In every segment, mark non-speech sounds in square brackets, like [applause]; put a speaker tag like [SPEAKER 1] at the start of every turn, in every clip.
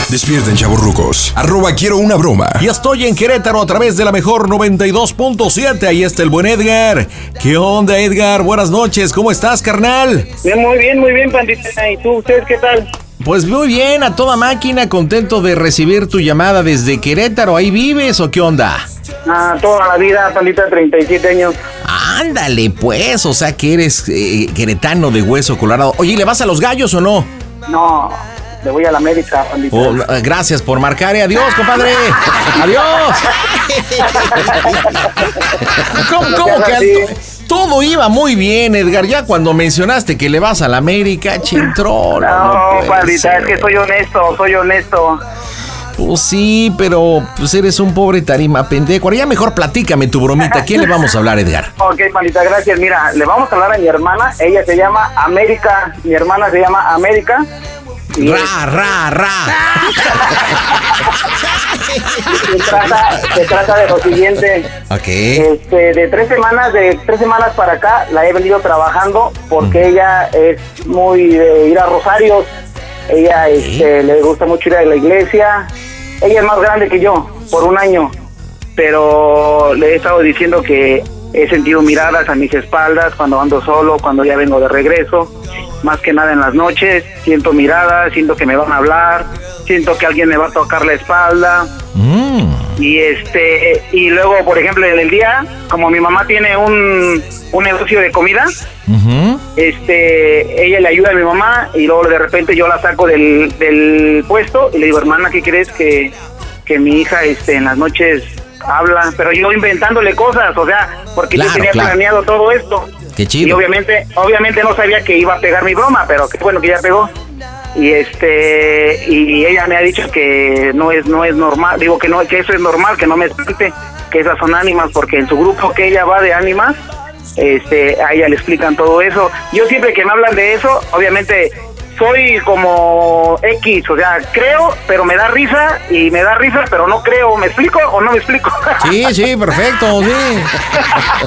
[SPEAKER 1] Despierten, chavorrucos. Arroba quiero una broma.
[SPEAKER 2] Y estoy en Querétaro a través de la mejor 92.7. Ahí está el buen Edgar. ¿Qué onda, Edgar? Buenas noches. ¿Cómo estás, carnal?
[SPEAKER 3] Bien, muy bien, muy bien, pandita. ¿Y tú, ustedes qué tal?
[SPEAKER 2] Pues muy bien, a toda máquina, contento de recibir tu llamada desde Querétaro. ¿Ahí vives o qué onda?
[SPEAKER 3] Ah, toda la vida, pandita, 37 años.
[SPEAKER 2] Ándale, pues, o sea que eres eh, queretano de hueso colorado. Oye, ¿le vas a los gallos o no?
[SPEAKER 3] No, le voy a la América, pandita.
[SPEAKER 2] Oh, gracias por marcar y adiós, compadre. adiós. ¿Cómo, cómo que to- todo iba muy bien, Edgar? Ya cuando mencionaste que le vas a la América, chintrón.
[SPEAKER 3] No,
[SPEAKER 2] puede
[SPEAKER 3] pandita,
[SPEAKER 2] ser.
[SPEAKER 3] es que soy honesto, soy honesto.
[SPEAKER 2] Pues sí, pero pues eres un pobre tarima pendejo. Ahora ya mejor platícame tu bromita. ¿A quién le vamos a hablar,
[SPEAKER 3] [laughs]
[SPEAKER 2] Edgar?
[SPEAKER 3] Ok, pandita, gracias. Mira, le vamos a hablar a mi hermana. Ella se llama América. Mi hermana se llama América. Y
[SPEAKER 2] Ra, ra, ra.
[SPEAKER 3] Ah. se trata, se trata de lo siguiente.
[SPEAKER 2] Ok.
[SPEAKER 3] Este, de tres semanas, de tres semanas para acá, la he venido trabajando porque ella es muy de ir a rosarios. Ella este, le gusta mucho ir a la iglesia. Ella es más grande que yo, por un año. Pero le he estado diciendo que he sentido miradas a mis espaldas cuando ando solo, cuando ya vengo de regreso. Más que nada en las noches, siento miradas, siento que me van a hablar, siento que alguien me va a tocar la espalda
[SPEAKER 2] Mm.
[SPEAKER 3] y este y luego por ejemplo en el día como mi mamá tiene un, un negocio de comida
[SPEAKER 2] Ujú.
[SPEAKER 3] este ella le ayuda a mi mamá y luego de repente yo la saco del, del puesto y le digo hermana qué crees que, que mi hija este en las noches habla pero yo inventándole cosas o sea porque
[SPEAKER 2] Claro,
[SPEAKER 3] yo tenía
[SPEAKER 2] claro.
[SPEAKER 3] planeado todo esto
[SPEAKER 2] Qué chido.
[SPEAKER 3] y obviamente obviamente no sabía que iba a pegar mi broma pero qué bueno que ya pegó y este y ella me ha dicho que no es no es normal digo que no que eso es normal que no me explique que esas son ánimas porque en su grupo que ella va de ánimas este a ella le explican todo eso yo siempre que me hablan de eso obviamente soy como X, o sea, creo, pero me da risa y me da risa, pero no creo. ¿Me explico o no me explico?
[SPEAKER 2] Sí, sí, perfecto, sí.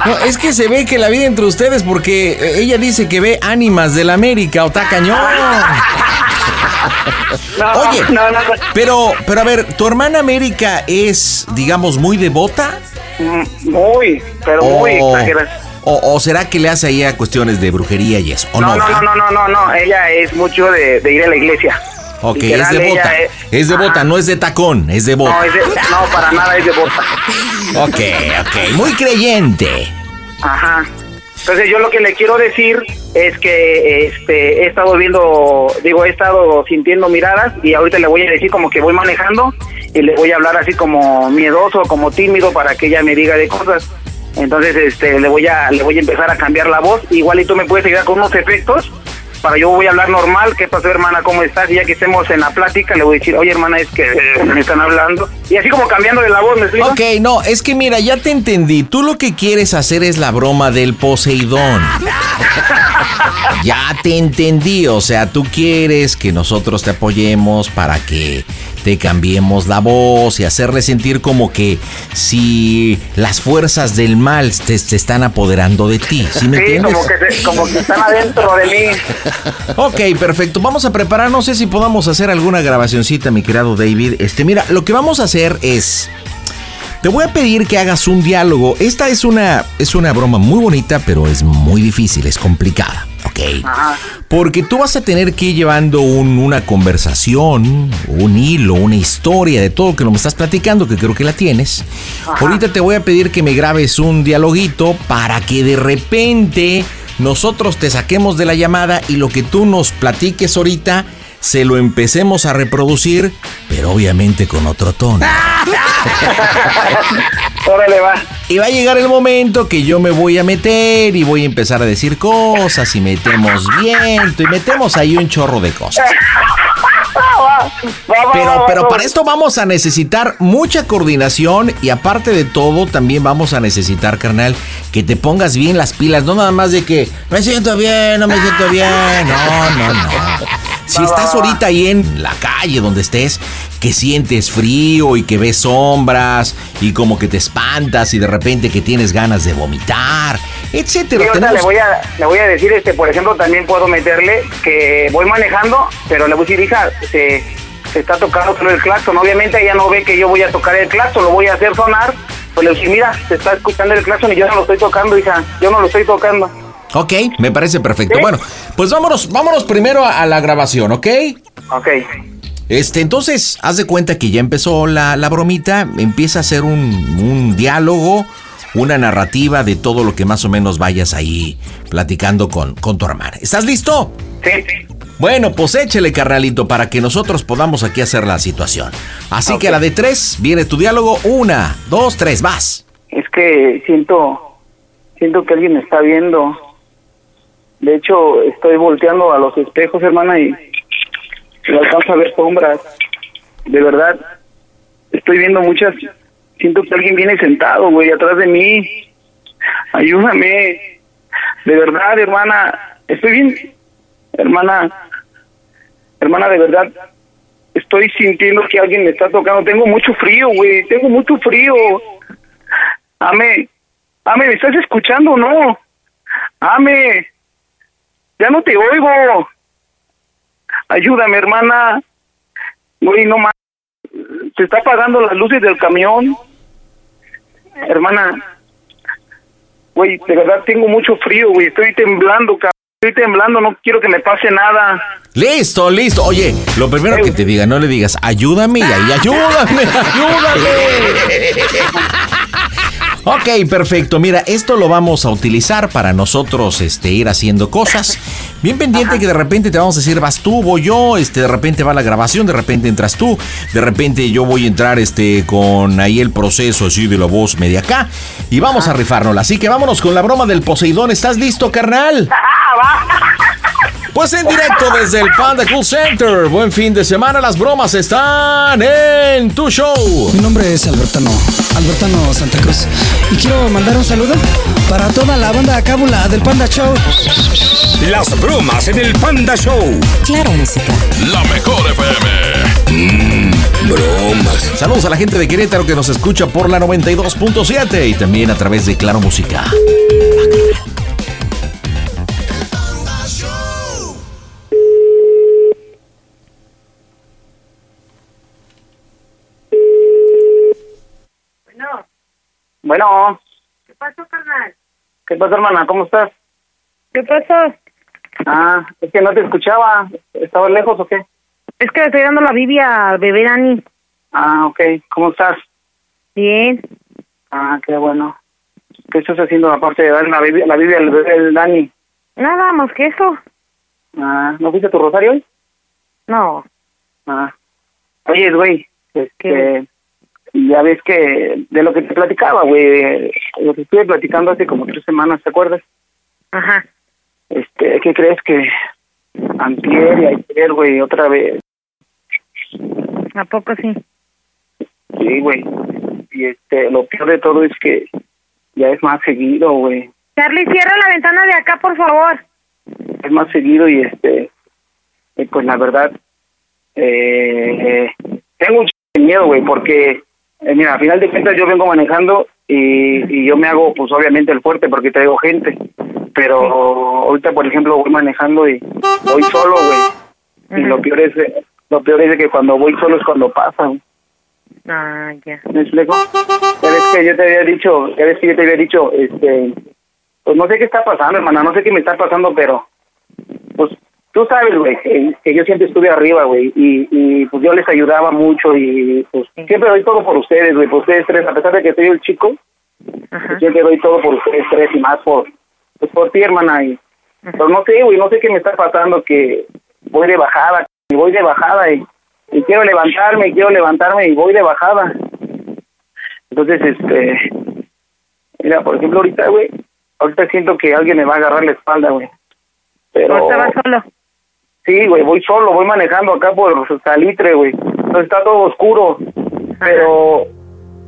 [SPEAKER 2] No, es que se ve que la vida entre ustedes, porque eh, ella dice que ve ánimas del América, o está cañón.
[SPEAKER 3] [laughs] No,
[SPEAKER 2] Oye.
[SPEAKER 3] no, no, no.
[SPEAKER 2] Pero, pero a ver, ¿tu hermana América es, digamos, muy devota?
[SPEAKER 3] Mm, Muy, pero muy
[SPEAKER 2] o,
[SPEAKER 3] exageras.
[SPEAKER 2] o- o será que le hace ahí a cuestiones de brujería y eso? ¿O no?
[SPEAKER 3] No, no, no, no, no, no, no, ella es mucho de, de ir a la iglesia.
[SPEAKER 2] Ok, es
[SPEAKER 3] Literal, ella
[SPEAKER 2] devota. Es, devota,
[SPEAKER 3] Ajá.
[SPEAKER 2] no es de tacón, es devota.
[SPEAKER 3] No, es de- no, para nada es de bota.
[SPEAKER 2] Ok, ok, muy creyente.
[SPEAKER 3] Ajá. Entonces yo lo que le quiero decir es que este, he estado viendo, digo, he estado sintiendo miradas y ahorita le voy a decir como que voy manejando y le voy a hablar así como miedoso, como tímido para que ella me diga de cosas. Entonces este, le voy a le voy a empezar a cambiar la voz. Igual y tú me puedes ayudar con unos efectos para yo voy a hablar normal. ¿Qué pasó, hermana? ¿Cómo estás? Y ya que estemos en la plática le voy a decir, oye, hermana, es que eh, me están hablando. Y así como cambiando de la voz, ¿me explico?
[SPEAKER 2] Ok, no, es que mira, ya te entendí. Tú lo que quieres hacer es la broma del
[SPEAKER 3] [laughs]
[SPEAKER 2] Poseidón. ya te entendí, o sea, tú quieres que nosotros te apoyemos para que te cambiemos la voz y hacerle sentir como que si las fuerzas del mal te, te están apoderando de ti. ¿Sí me
[SPEAKER 3] Sí,
[SPEAKER 2] entiendes?
[SPEAKER 3] como que, se- como que están adentro de mí.
[SPEAKER 2] Ok, perfecto. Vamos a preparar, no sé si podamos hacer alguna grabacioncita, mi querido David. Este, mira, lo que vamos a hacer es. Te voy a pedir que hagas un diálogo. Esta es una, es una broma muy bonita, pero es muy difícil, es complicada, ¿ok? Ok.
[SPEAKER 3] Ajá.
[SPEAKER 2] Porque tú vas a tener que ir llevando un- una conversación, un hilo, una historia de todo lo que nos estás platicando, que creo que la tienes. Ahorita te voy a pedir que me grabes un dialoguito para que de repente nosotros te saquemos de la llamada y lo que tú nos platiques ahorita se lo empecemos a reproducir, pero obviamente con otro tono. [laughs]
[SPEAKER 3] Órale, va.
[SPEAKER 2] Y va a llegar el momento que yo me voy a meter y voy a empezar a decir cosas y metemos viento y metemos ahí un chorro de cosas.
[SPEAKER 3] Va, va, va,
[SPEAKER 2] Pero,
[SPEAKER 3] va,
[SPEAKER 2] pero
[SPEAKER 3] va.
[SPEAKER 2] para esto vamos a necesitar mucha coordinación y aparte de todo también vamos a necesitar, carnal, que te pongas bien las pilas, no nada más de que me siento bien, no me siento bien, no, no, no. Si
[SPEAKER 3] Va,
[SPEAKER 2] estás
[SPEAKER 3] va, va.
[SPEAKER 2] ahorita ahí en la calle donde estés, que sientes frío y que ves sombras y como que te espantas y de repente que tienes ganas de vomitar, etcétera.
[SPEAKER 3] Sí, ahorita
[SPEAKER 2] Tenemos-
[SPEAKER 3] le voy a le voy a decir este por ejemplo también puedo meterle que voy manejando pero le voy a decir hija se, se está tocando solo el claxon obviamente ella no ve que yo voy a tocar el claxon lo voy a hacer sonar pues le voy a decir mira se está escuchando el claxon y yo no lo estoy tocando hija yo no lo estoy tocando
[SPEAKER 2] Ok, me parece perfecto.
[SPEAKER 3] ¿Sí?
[SPEAKER 2] Bueno, pues vámonos, vámonos primero a- a la grabación, ¿ok?
[SPEAKER 3] Ok.
[SPEAKER 2] Este, entonces, haz de cuenta que ya empezó la, la bromita, empieza a hacer un, un diálogo, una narrativa de todo lo que más o menos vayas ahí platicando con, con tu hermana. ¿Estás listo?
[SPEAKER 3] sí sí
[SPEAKER 2] Bueno, pues échele, carnalito, para que nosotros podamos aquí hacer la situación. Así que a la de tres, viene tu diálogo. Una, dos, tres, vas.
[SPEAKER 3] Es que siento, siento que alguien me está viendo. De hecho, estoy volteando a los espejos, hermana, y y alcanzo a ver sombras. De verdad, estoy viendo muchas. Siento que alguien viene sentado, güey, atrás de mí. Ayúdame. De verdad, hermana, estoy bien. Hermana, hermana, de verdad, estoy sintiendo que alguien me está tocando. Tengo mucho frío, güey, tengo mucho frío. Ame, Ame, ¿me estás escuchando o no? Ame, ya no te oigo. Ayúdame, hermana. Güey, no más. Se está apagando las luces del camión. Hermana, güey, de verdad tengo mucho frío, güey. Estoy temblando, cabrón. Estoy temblando, no quiero que me pase nada.
[SPEAKER 2] Listo, listo. Oye, lo primero que te diga, no le digas, ayúdame y ahí, ayúdame, ayúdame. Ok, perfecto. Mira, esto lo vamos a utilizar para nosotros este, ir haciendo cosas. Bien pendiente que de repente te vamos a decir, vas tú, voy yo, este, de repente va la grabación, de repente entras tú, de repente yo voy a entrar este, con ahí el proceso así de la voz media acá y vamos a rifárnosla. Así que vámonos con la broma del Poseidón. ¿Estás listo, carnal? Pues en directo desde el Panda Cool Center. Buen fin de semana. Las bromas están en tu show.
[SPEAKER 4] Mi nombre es Albertano, Albertano Santa Cruz. Y quiero mandar un saludo para toda la banda cábula del Panda Show.
[SPEAKER 5] Las bromas en el Panda Show.
[SPEAKER 6] Claro, música.
[SPEAKER 5] La mejor FM. Mmm, bromas.
[SPEAKER 2] Saludos a la gente de Querétaro que nos escucha por la 92.7 y también a través de Claro Música.
[SPEAKER 7] Bueno,
[SPEAKER 3] Bueno,
[SPEAKER 7] ¿qué pasó, carnal?
[SPEAKER 3] ¿qué pasa, hermana? ¿Cómo estás?
[SPEAKER 7] ¿Qué pasó?
[SPEAKER 3] Ah, es que no te escuchaba. ¿Estaba lejos o qué?
[SPEAKER 7] Es que le estoy dando la Biblia al bebé Dani.
[SPEAKER 3] Ah, ok. ¿Cómo estás?
[SPEAKER 7] Bien.
[SPEAKER 3] Ah, qué bueno. ¿Qué estás haciendo aparte de dar la Biblia, la Biblia al bebé del Dani?
[SPEAKER 7] Nada más que eso.
[SPEAKER 3] Ah, ¿no fuiste a tu rosario hoy?
[SPEAKER 7] No.
[SPEAKER 3] Ah. Oye, güey, este,
[SPEAKER 7] ¿Qué?
[SPEAKER 3] ya ves que de lo que te platicaba, güey, de lo que estuve platicando hace como tres semanas, ¿te acuerdas?
[SPEAKER 7] Ajá.
[SPEAKER 3] Este, ¿qué crees que antier y ayer, güey, otra vez?
[SPEAKER 7] ¿A poco sí?
[SPEAKER 3] Sí, güey. Y este, lo peor de todo es que ya es más seguido, güey.
[SPEAKER 7] Charlie, cierra la ventana de acá, por favor.
[SPEAKER 3] es más seguido y este y, pues la verdad eh, tengo un ch- de miedo güey porque eh, mira a final de cuentas yo vengo manejando y, y yo me hago pues obviamente el fuerte porque traigo gente pero ahorita por ejemplo voy manejando y voy solo güey y
[SPEAKER 7] Ajá.
[SPEAKER 3] lo peor es eh, lo peor es de que cuando voy solo es cuando pasa güey.
[SPEAKER 7] Ah, ya.
[SPEAKER 3] ¿Me explico? Ya ves que yo te había dicho, ya ves que yo te había dicho, este, pues no sé qué está pasando, hermana, no sé qué me está pasando, pero pues tú sabes, güey, que, que yo siempre estuve arriba, güey, y, y pues yo les ayudaba mucho y pues siempre doy todo por ustedes, güey, por ustedes tres, a pesar de que soy el chico,
[SPEAKER 7] Ajá.
[SPEAKER 3] siempre doy todo por ustedes tres y más por, pues, por ti, hermana. Y, pero no sé, güey, no sé qué me está pasando, que voy de bajada, y voy de bajada, y, y quiero levantarme, y quiero levantarme, y voy de bajada. Entonces, este, mira, por ejemplo, ahorita, güey, ahorita siento que alguien me va a agarrar la espalda, güey. Pero...
[SPEAKER 7] Ahorita vas solo.
[SPEAKER 3] Sí, güey, voy solo, voy manejando acá por Salitre, güey. Entonces está todo oscuro, pero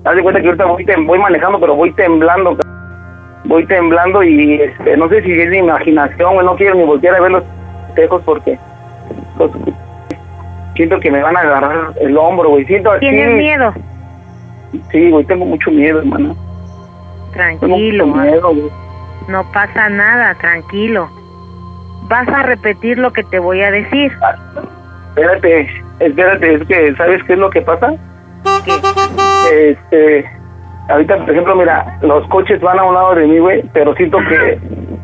[SPEAKER 3] haz de cuenta que ahorita voy, tem- voy manejando, pero voy temblando, ca- voy temblando y este, no sé si es mi imaginación, güey, no quiero ni voltear a ver los tejos porque los- siento que me van a agarrar el hombro, güey. Siento así-
[SPEAKER 7] ¿Tienes miedo?
[SPEAKER 3] Sí, güey, tengo mucho miedo, hermano. Tengo
[SPEAKER 7] Tranquilo,
[SPEAKER 3] mucho miedo, güey.
[SPEAKER 7] no pasa nada, tranquilo. Vas a repetir lo que te voy a decir.
[SPEAKER 3] Ah, Espérate, espérate, es que, ¿sabes qué es lo que pasa? Este, ahorita, por ejemplo, mira, los coches van a un lado de mí, güey, pero siento que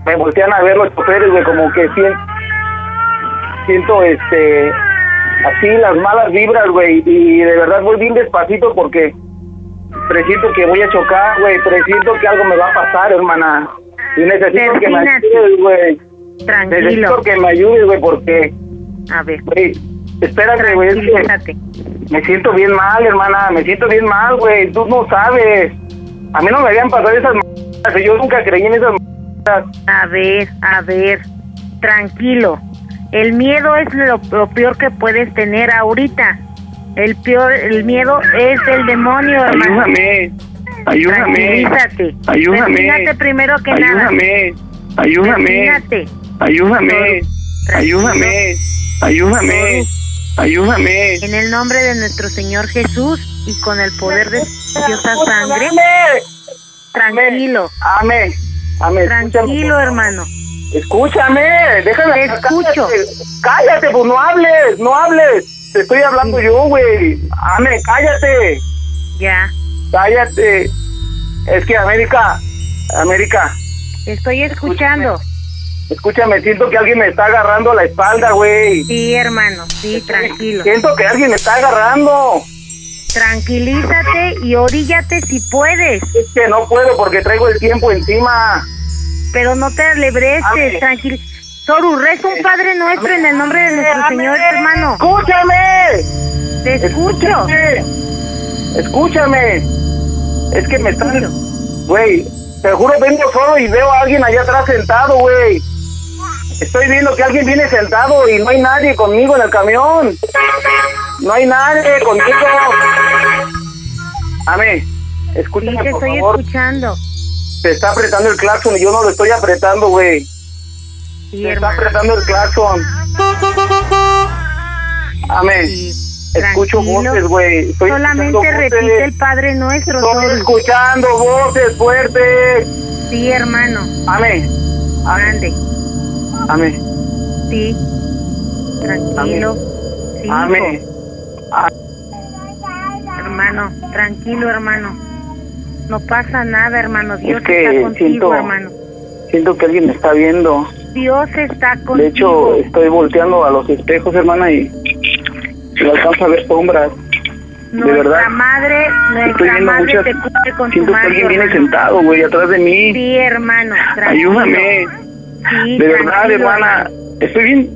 [SPEAKER 3] me voltean a ver los choferes, güey, como que siento, siento, este, así las malas vibras, güey, y de verdad voy bien despacito porque presiento que voy a chocar, güey, presiento que algo me va a pasar, hermana, y necesito que me
[SPEAKER 7] Persínate.
[SPEAKER 3] ayudes, güey, necesito
[SPEAKER 7] Tranquilo.
[SPEAKER 3] que me ayudes, güey, porque...
[SPEAKER 7] A ver,
[SPEAKER 3] Güey, espérate, güey. es que
[SPEAKER 7] tranquilízate.
[SPEAKER 3] me siento bien mal, hermana. Me siento bien mal, güey. Tú no sabes. A mí no me habían pasado esas m****as. Yo nunca creí en esas m****as.
[SPEAKER 7] A ver, a ver, tranquilo. El miedo es lo, lo peor que puedes tener ahorita. El peor, el miedo es el demonio, hermano.
[SPEAKER 3] Ayúdame. Ayúdame.
[SPEAKER 7] Tranquilízate.
[SPEAKER 3] Ayúdame.
[SPEAKER 7] Persínate primero que
[SPEAKER 3] Ayúdame.
[SPEAKER 7] nada.
[SPEAKER 3] Ayúdame.
[SPEAKER 7] Persínate.
[SPEAKER 3] Ayúdame. Ayúdame. Ayúdame. Ayúdame.
[SPEAKER 7] En el nombre de nuestro Señor Jesús y con el poder de su preciosa sangre, tranquilo,
[SPEAKER 3] Amén. Amén.
[SPEAKER 7] tranquilo, hermano.
[SPEAKER 3] Escúchame, déjame.
[SPEAKER 7] Te escucho.
[SPEAKER 3] Cállate, cállate, pues no hables, no hables. Te estoy hablando yo, güey. Ame, cállate,
[SPEAKER 7] Ya,
[SPEAKER 3] cállate. Es que América, América,
[SPEAKER 7] estoy escuchando.
[SPEAKER 3] escúchame, siento que alguien me está agarrando la espalda, güey.
[SPEAKER 7] Sí, hermano, sí, tranquilo.
[SPEAKER 3] Siento que alguien me está agarrando.
[SPEAKER 7] Tranquilízate y oríllate si puedes,
[SPEAKER 3] Es que no puedo porque traigo el tiempo encima.
[SPEAKER 7] pero no te alebrestes,
[SPEAKER 3] Amén.
[SPEAKER 7] tranquilo. Soru, reza
[SPEAKER 3] Eh,
[SPEAKER 7] un Padre Nuestro en el nombre de nuestro
[SPEAKER 3] Amén.
[SPEAKER 7] Señor, hermano.
[SPEAKER 3] Escúchame.
[SPEAKER 7] Te escucho.
[SPEAKER 3] Escúchame. Escúchame. Es que me están. Güey, te juro, vengo solo y veo a alguien allá atrás sentado, güey. Estoy viendo que alguien viene sentado y no hay nadie conmigo en el camión. No hay nadie contigo. Amén.
[SPEAKER 7] Sí,
[SPEAKER 3] Escúchame,
[SPEAKER 7] te
[SPEAKER 3] por
[SPEAKER 7] estoy
[SPEAKER 3] favor.
[SPEAKER 7] escuchando.
[SPEAKER 3] Te está apretando el claxon y yo no lo estoy apretando, güey.
[SPEAKER 7] Sí,
[SPEAKER 3] Te está
[SPEAKER 7] hermano.
[SPEAKER 3] apretando el claxon. Amén.
[SPEAKER 7] sí,
[SPEAKER 3] Escucho
[SPEAKER 7] tranquilo.
[SPEAKER 3] voces, güey. Estoy escuchando
[SPEAKER 7] Solamente
[SPEAKER 3] voces.
[SPEAKER 7] repite el Padre Nuestro,
[SPEAKER 3] Estoy
[SPEAKER 7] Soru.
[SPEAKER 3] escuchando voces fuertes.
[SPEAKER 7] Sí, hermano.
[SPEAKER 3] Amén. Amén.
[SPEAKER 7] Ande.
[SPEAKER 3] Amén.
[SPEAKER 7] Sí. Tranquilo. Sí, hijo.
[SPEAKER 3] Amén.
[SPEAKER 7] Hermano, tranquilo, hermano. No pasa nada, hermano. Dios
[SPEAKER 3] Es que
[SPEAKER 7] está contigo,
[SPEAKER 3] siento-
[SPEAKER 7] hermano.
[SPEAKER 3] Siento que alguien me está viendo.
[SPEAKER 7] Dios está contigo.
[SPEAKER 3] De hecho, estoy volteando a los espejos, hermana, y no alcanzo a ver sombras.
[SPEAKER 7] nuestra
[SPEAKER 3] verdad,
[SPEAKER 7] madre,
[SPEAKER 3] Estoy
[SPEAKER 7] nuestra
[SPEAKER 3] viendo
[SPEAKER 7] madre
[SPEAKER 3] muchas.
[SPEAKER 7] te cubre con
[SPEAKER 3] Siento
[SPEAKER 7] su
[SPEAKER 3] que
[SPEAKER 7] manto,
[SPEAKER 3] alguien viene
[SPEAKER 7] hermano.
[SPEAKER 3] sentado, güey, atrás de mí.
[SPEAKER 7] Sí, hermano. tranquilo.
[SPEAKER 3] Ayúdame.
[SPEAKER 7] Sí,
[SPEAKER 3] De verdad,
[SPEAKER 7] tranquilo,
[SPEAKER 3] hermana. Estoy bien.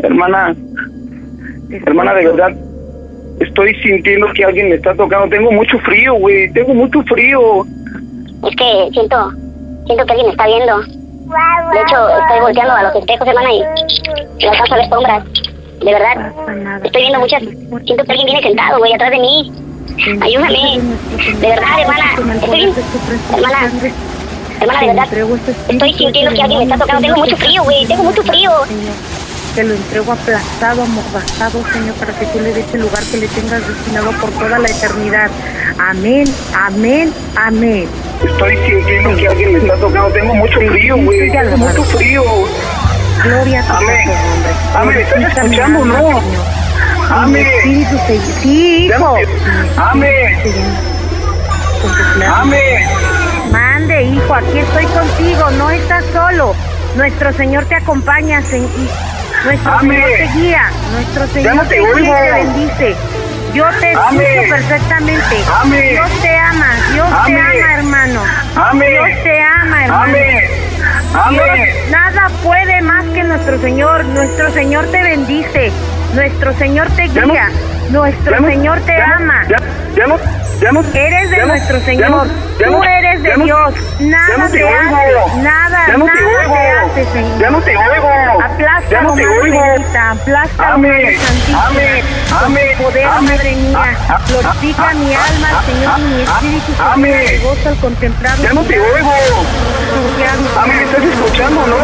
[SPEAKER 3] Hermana,
[SPEAKER 7] Te escucho.
[SPEAKER 3] hermana, de verdad. Estoy sintiendo que alguien me está tocando. Tengo mucho frío, güey. Tengo mucho frío.
[SPEAKER 6] Es que siento, siento que alguien me está viendo. De hecho, estoy volteando a los espejos, hermana, y no alcanzo a ver sombras. De verdad, estoy viendo muchas. Siento que alguien viene sentado, güey, atrás de mí. Ayúdame. De verdad, hermana. Estoy bien. Hermana. Hermana, de verdad.
[SPEAKER 7] este
[SPEAKER 6] Estoy sintiendo que alguien me está tocando. Tengo mucho frío, güey. Tengo mucho frío.
[SPEAKER 7] Te lo entrego aplastado, amordazado, Señor, para que tú le des el lugar que le tengas destinado por toda la eternidad. Amén, amén, amén.
[SPEAKER 3] Estoy sintiendo que alguien me está tocando. Tengo mucho frío, güey. Tengo mucho frío.
[SPEAKER 7] Gloria a tu
[SPEAKER 3] Amén.
[SPEAKER 7] santo nombre.
[SPEAKER 3] Amén. ¿Estás
[SPEAKER 7] Glorifica mi
[SPEAKER 3] escuchando,
[SPEAKER 7] alma,
[SPEAKER 3] no?
[SPEAKER 7] Señor.
[SPEAKER 3] Amén.
[SPEAKER 7] Mi espíritu, Señor. Sí,
[SPEAKER 3] Ya no
[SPEAKER 7] hijo.
[SPEAKER 3] te- Amén.
[SPEAKER 7] Con tus labios.
[SPEAKER 3] Amén.
[SPEAKER 7] Mande, hijo, aquí estoy contigo, no estás solo. Nuestro Señor te acompaña, se- y Nuestro
[SPEAKER 3] Ame.
[SPEAKER 7] Señor te guía, nuestro Señor
[SPEAKER 3] no te
[SPEAKER 7] te guía y te
[SPEAKER 3] oigo.
[SPEAKER 7] bendice. Yo te
[SPEAKER 3] Ame.
[SPEAKER 7] escucho perfectamente.
[SPEAKER 3] Ame.
[SPEAKER 7] Dios te ama, Dios te
[SPEAKER 3] Ame.
[SPEAKER 7] ama, hermano.
[SPEAKER 3] Ame.
[SPEAKER 7] Dios te ama, hermano.
[SPEAKER 3] Amén. Amén.
[SPEAKER 7] Dios nada puede más que nuestro Señor. Nuestro Señor te bendice. Nuestro Señor te
[SPEAKER 3] Ya no-
[SPEAKER 7] guía. Nuestro
[SPEAKER 3] Ya no-
[SPEAKER 7] Señor te
[SPEAKER 3] ya no-
[SPEAKER 7] ama.
[SPEAKER 3] Ya, ya no, ya no.
[SPEAKER 7] Eres de
[SPEAKER 3] ya no-
[SPEAKER 7] nuestro
[SPEAKER 3] ya
[SPEAKER 7] Señor.
[SPEAKER 3] no- ya
[SPEAKER 7] Tú
[SPEAKER 3] no-
[SPEAKER 7] eres de
[SPEAKER 3] ya no-
[SPEAKER 7] Dios.
[SPEAKER 3] ya
[SPEAKER 7] Nada
[SPEAKER 3] no
[SPEAKER 7] te
[SPEAKER 3] te oigo.
[SPEAKER 7] hace. Nada,
[SPEAKER 3] Ya no te
[SPEAKER 7] nada te hace,
[SPEAKER 3] oigo.
[SPEAKER 7] Señor.
[SPEAKER 3] Ya no te oigo.
[SPEAKER 7] Aplasta,
[SPEAKER 3] Ya no te
[SPEAKER 7] Romana
[SPEAKER 3] oigo.
[SPEAKER 7] bendita, aplasta,
[SPEAKER 3] Amén.
[SPEAKER 7] Romana santísima,
[SPEAKER 3] Amén.
[SPEAKER 7] con
[SPEAKER 3] Amén.
[SPEAKER 7] tu poder,
[SPEAKER 3] Amén.
[SPEAKER 7] Madre mía,
[SPEAKER 3] Ah, ah,
[SPEAKER 7] glorifica
[SPEAKER 3] ah,
[SPEAKER 7] mi
[SPEAKER 3] ah,
[SPEAKER 7] alma,
[SPEAKER 3] ah,
[SPEAKER 7] Señor, mi
[SPEAKER 3] ah, ah,
[SPEAKER 7] espíritu, se llena
[SPEAKER 3] amén.
[SPEAKER 7] de gozo al contemplar
[SPEAKER 3] Ya no
[SPEAKER 7] tu
[SPEAKER 3] te
[SPEAKER 7] gran-
[SPEAKER 3] oigo.
[SPEAKER 7] tu gran-
[SPEAKER 3] Amén. ¿Estás escuchando, no?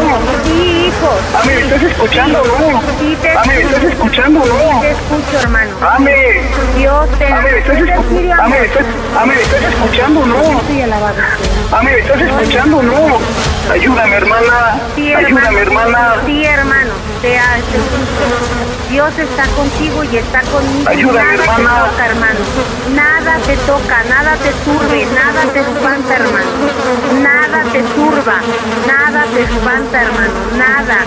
[SPEAKER 7] Sí, hijo.
[SPEAKER 3] Amén. ¿Estás escuchando, no?
[SPEAKER 7] Sí, te
[SPEAKER 3] Amén. ¿Estás
[SPEAKER 7] escucho.
[SPEAKER 3] escuchando, no?
[SPEAKER 7] Te escucho, hermano.
[SPEAKER 3] Amén.
[SPEAKER 7] Dios te ama.
[SPEAKER 3] Amén. ¿Estás
[SPEAKER 7] Te
[SPEAKER 3] escuchando?
[SPEAKER 7] pido
[SPEAKER 3] Amén.
[SPEAKER 7] amor.
[SPEAKER 3] ¿Estás amén, ¿estás escuchando, no?
[SPEAKER 7] Sí, alabado sea.
[SPEAKER 3] Amén. ¿Estás escuchando, no? Ayúdame, hermana.
[SPEAKER 7] Sí,
[SPEAKER 3] Ayúdame, hermana.
[SPEAKER 7] Sí, hermano. Te ha- te escucho. Dios está contigo y está conmigo.
[SPEAKER 3] Ayúdame,
[SPEAKER 7] nada
[SPEAKER 3] hermana.
[SPEAKER 7] te toca, hermano. Nada te toca, nada te turbe, nada te espanta, hermano. Nada te turba, nada te espanta, hermano. Nada.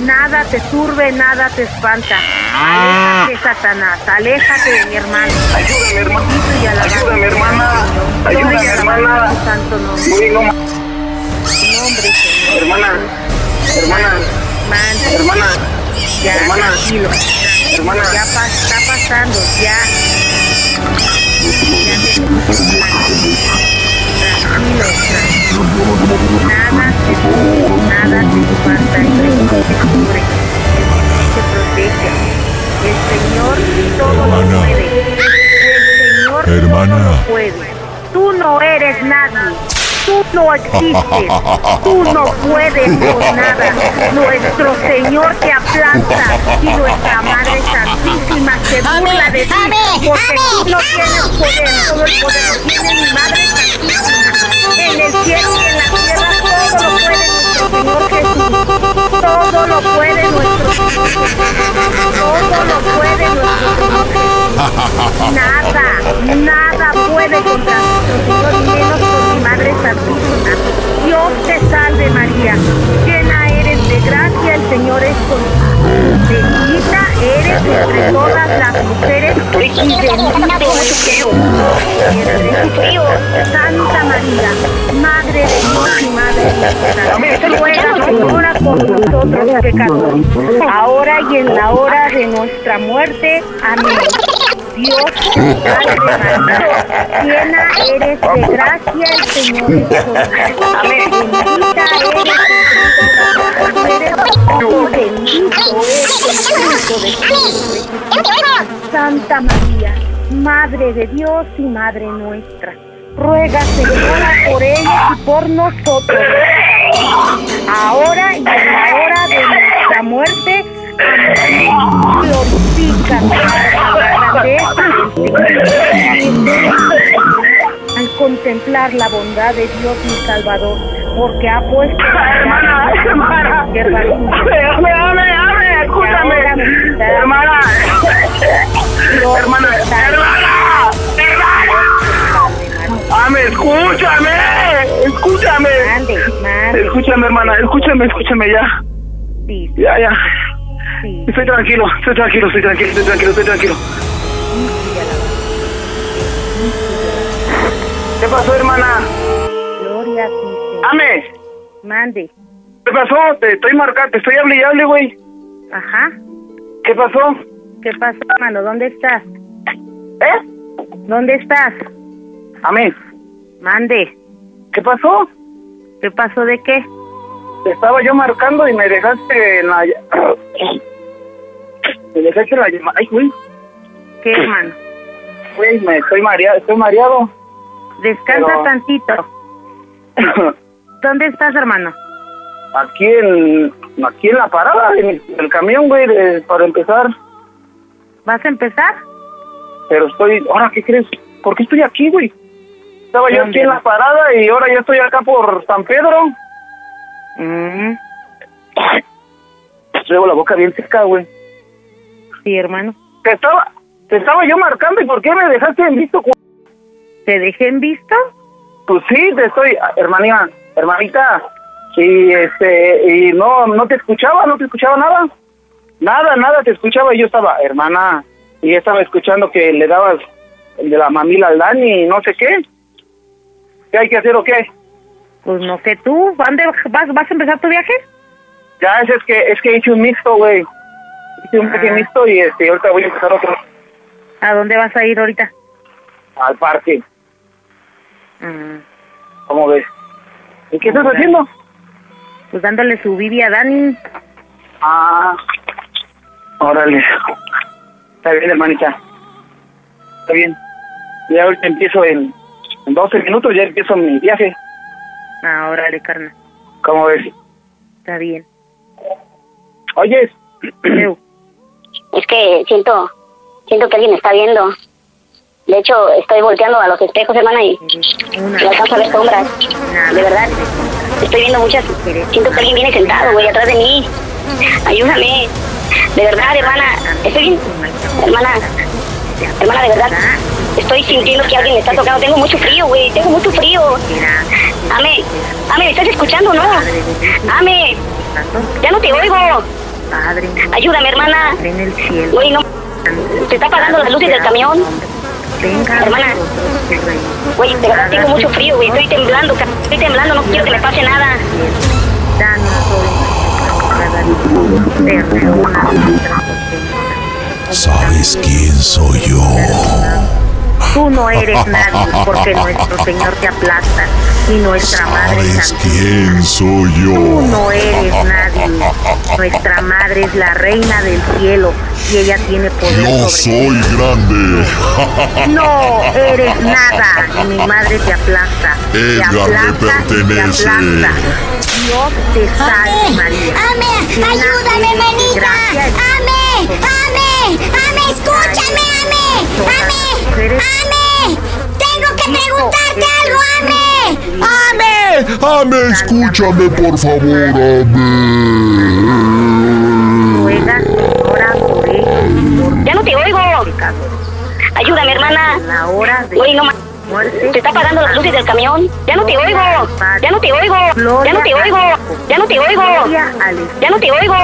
[SPEAKER 7] Nada te turbe, nada te espanta. Aléjate, Satanás. Aléjate de mi hermano.
[SPEAKER 3] Ayúdame, hermana.
[SPEAKER 7] Y alabado
[SPEAKER 3] Ayúdame, hermana. Ayúdame,
[SPEAKER 7] sea, Señor. Gloria al
[SPEAKER 3] hermana.
[SPEAKER 7] Santo nombre.
[SPEAKER 3] Uy, no, ma-
[SPEAKER 7] Nombre, Señor.
[SPEAKER 3] hermana. Hermana.
[SPEAKER 7] Manda.
[SPEAKER 3] Hermana.
[SPEAKER 7] Ya,
[SPEAKER 3] Hermana.
[SPEAKER 7] tranquilo.
[SPEAKER 3] Hermana.
[SPEAKER 7] Ya pa- está pasando, ya. Ya se- Tranquilo, tranquilo. Nada, te- nada te falta en el Señor. Te protege. El Señor todo lo
[SPEAKER 8] Hermana.
[SPEAKER 7] puede. El Señor
[SPEAKER 8] Hermana.
[SPEAKER 7] todo lo puede. Tú no eres nadie. Tú no existes. Tú no
[SPEAKER 8] [laughs]
[SPEAKER 7] puedes con nada. Nuestro Señor te aplasta y nuestra Madre Santísima se burla de ti porque tú no tienes poder. Todo el poder lo tiene mi Madre Santísima. En el cielo y en la tierra todo lo puede nuestro Señor Jesús. Todo lo puede nuestro Señor. Todo lo puede nuestro Señor Jesús. Nada, nada puede contra nuestro Señor y menos con mi Madre Santísima. Dios te salve María, llena eres de gracia, el Señor es contigo. Bendita eres entre todas las mujeres y bendito es tu fruto Santa María, Madre de Dios y Madre de Dios, ruega Señora por nosotros pecadores, ahora y en la hora de nuestra muerte. Amén. Dios te salve María, llena eres de gracia, el Señor es contigo. Amén. Bendita eres entre todas las mujeres, y bendito es el fruto de tu Santa María, Madre de Dios y Madre nuestra, ruega Señora por ellos y por nosotros, ahora y en la hora de nuestra muerte. Amén. Glorifica la grandeza al contemplar la bondad de Dios mi Salvador, porque ha puesto
[SPEAKER 3] Hermana, hermana.
[SPEAKER 7] Sierva suya.
[SPEAKER 3] Ame, ame, ame, escúchame. Hermana. Hermana. Hermana. Hermana. Ame, escúchame. Escúchame.
[SPEAKER 7] Mande, mande.
[SPEAKER 3] Escúchame, hermana. Escúchame, escúchame ya.
[SPEAKER 7] Sí,
[SPEAKER 3] Ya, ya.
[SPEAKER 7] sí.
[SPEAKER 3] Estoy tranquilo, estoy tranquilo, estoy tranquilo, estoy tranquilo, estoy tranquilo. ¿Qué pasó, hermana?
[SPEAKER 7] Gloria a ti, Señor.
[SPEAKER 3] Ame.
[SPEAKER 7] Mande.
[SPEAKER 3] ¿Qué pasó? Te estoy marcando, te estoy hable y hable, güey.
[SPEAKER 7] Ajá.
[SPEAKER 3] ¿Qué pasó?
[SPEAKER 7] ¿Qué pasa, hermano? ¿Dónde estás?
[SPEAKER 3] ¿Eh?
[SPEAKER 7] ¿Dónde estás?
[SPEAKER 3] Amén.
[SPEAKER 7] Mande.
[SPEAKER 3] ¿Qué pasó?
[SPEAKER 7] ¿Qué pasó de qué?
[SPEAKER 3] Te estaba yo marcando y me dejaste en la... me dejaste la llamada. Ay, güey.
[SPEAKER 7] ¿Qué, hermano?
[SPEAKER 3] Güey, me estoy mareado, estoy mareado. [coughs]
[SPEAKER 7] Descansa
[SPEAKER 3] Pero-
[SPEAKER 7] tantito. ¿Dónde estás, hermano?
[SPEAKER 3] aquí en... Aquí en la parada de mi- del camión, güey, de- para empezar.
[SPEAKER 7] ¿Vas a empezar?
[SPEAKER 3] Pero estoy... Ahora, ¿qué crees? ¿Por qué estoy aquí, güey? Estaba yo aquí en la parada y ahora ya estoy acá por San Pedro.
[SPEAKER 7] Mm,
[SPEAKER 3] Llevo la boca bien seca, güey.
[SPEAKER 7] sí, hermano.
[SPEAKER 3] Te estaba... Te estaba yo marcando y ¿por qué me dejaste en visto, cu-
[SPEAKER 7] ¿Te dejé en visto?
[SPEAKER 3] Pues sí, te estoy, hermanita, hermanita, y este, y no, no te escuchaba, no te escuchaba nada. Nada, nada, te escuchaba y yo estaba, hermana, y yo estaba escuchando que le dabas el de la mamila al Dani y no sé qué. ¿Qué hay que hacer o qué?
[SPEAKER 7] Pues no sé tú, ¿dónde vas, vas a empezar tu viaje?
[SPEAKER 3] Ya, es, es que es que hice un mixto, güey. Hice un pequeño mixto y este, ahorita voy a empezar otro
[SPEAKER 7] ¿A dónde vas a ir ahorita?
[SPEAKER 3] al parque,
[SPEAKER 7] Mm,
[SPEAKER 3] como ves. ¿Y qué estás
[SPEAKER 7] Ok.
[SPEAKER 3] haciendo?
[SPEAKER 7] pues dándole su bibi a Dani.
[SPEAKER 3] Ah, órale. Está bien, hermanita. Está bien. Ya ahorita empiezo en, en 12 minutos, ya empiezo mi viaje.
[SPEAKER 7] Ah, órale, carna.
[SPEAKER 3] ¿Cómo ves? [clears throat]
[SPEAKER 7] Está bien.
[SPEAKER 3] Oyes,
[SPEAKER 7] Leo,
[SPEAKER 6] Es que siento, siento que alguien me está viendo. De hecho, estoy volteando a los espejos, hermana, y
[SPEAKER 7] una.
[SPEAKER 6] me alcanzo a ver sombras. Ah, De verdad, estoy viendo muchas. Siento que alguien viene sentado, güey, atrás de mí. Ayúdame. De verdad, hermana, estoy bien. Hermana, hermana, de verdad, estoy sintiendo que alguien me está tocando. Tengo mucho frío, güey, tengo mucho frío. Ame, Ame, ¿me estás escuchando o no? Ame, ya no te oigo.
[SPEAKER 7] Padre,
[SPEAKER 6] Ayúdame, hermana.
[SPEAKER 7] en el cielo.
[SPEAKER 6] Güey, no. Se está apagando las luces del camión.
[SPEAKER 7] Venga,
[SPEAKER 6] Hermana.
[SPEAKER 7] vosotros el reino.
[SPEAKER 6] Güey, de verdad tengo mucho frío, güey. Estoy temblando, ca- estoy temblando. No quiero que me pase nada.
[SPEAKER 7] Danos hoy nuestro pan de cada día. Perdona nuestras ofensas.
[SPEAKER 8] ¿Sabes quién soy yo?
[SPEAKER 7] Tú no eres nadie, porque nuestro Señor te aplasta y nuestra Madre
[SPEAKER 8] ¿Sabes
[SPEAKER 7] Santísima.
[SPEAKER 8] quién soy
[SPEAKER 7] Tú
[SPEAKER 8] yo?
[SPEAKER 7] no eres nadie. Nuestra madre es la reina del cielo y ella tiene poder
[SPEAKER 8] Yo
[SPEAKER 7] sobre
[SPEAKER 8] soy grande.
[SPEAKER 7] No eres nada y mi madre te aplasta. Te
[SPEAKER 8] Edgar me
[SPEAKER 7] aplasta,
[SPEAKER 8] pertenece.
[SPEAKER 7] Te aplasta. Dios te salve María.
[SPEAKER 9] ¡Ame!
[SPEAKER 7] Llena
[SPEAKER 9] ¡Ayúdame,
[SPEAKER 7] eres de
[SPEAKER 9] manita!
[SPEAKER 7] gracia y-
[SPEAKER 9] ¡Ame! ¡Ame! ¡Ame! ¡Escúchame, ame! ¡Ame! ¡Ame! ¡Tengo que preguntarte algo, ame! ¡Ame!
[SPEAKER 8] Ame, escúchame por favor, ame.
[SPEAKER 7] Ruega, ora por él,
[SPEAKER 6] Ya no te oigo. Ayúdame, hermana.
[SPEAKER 7] por la hora de
[SPEAKER 6] Güey, no ma-
[SPEAKER 7] su muerte.
[SPEAKER 6] Se está apagando las luces del camión. Ya no te oigo. Ya no te oigo. Ya no te oigo. Ya no te oigo.
[SPEAKER 7] Gloria al Espíritu
[SPEAKER 6] Ya no te oigo.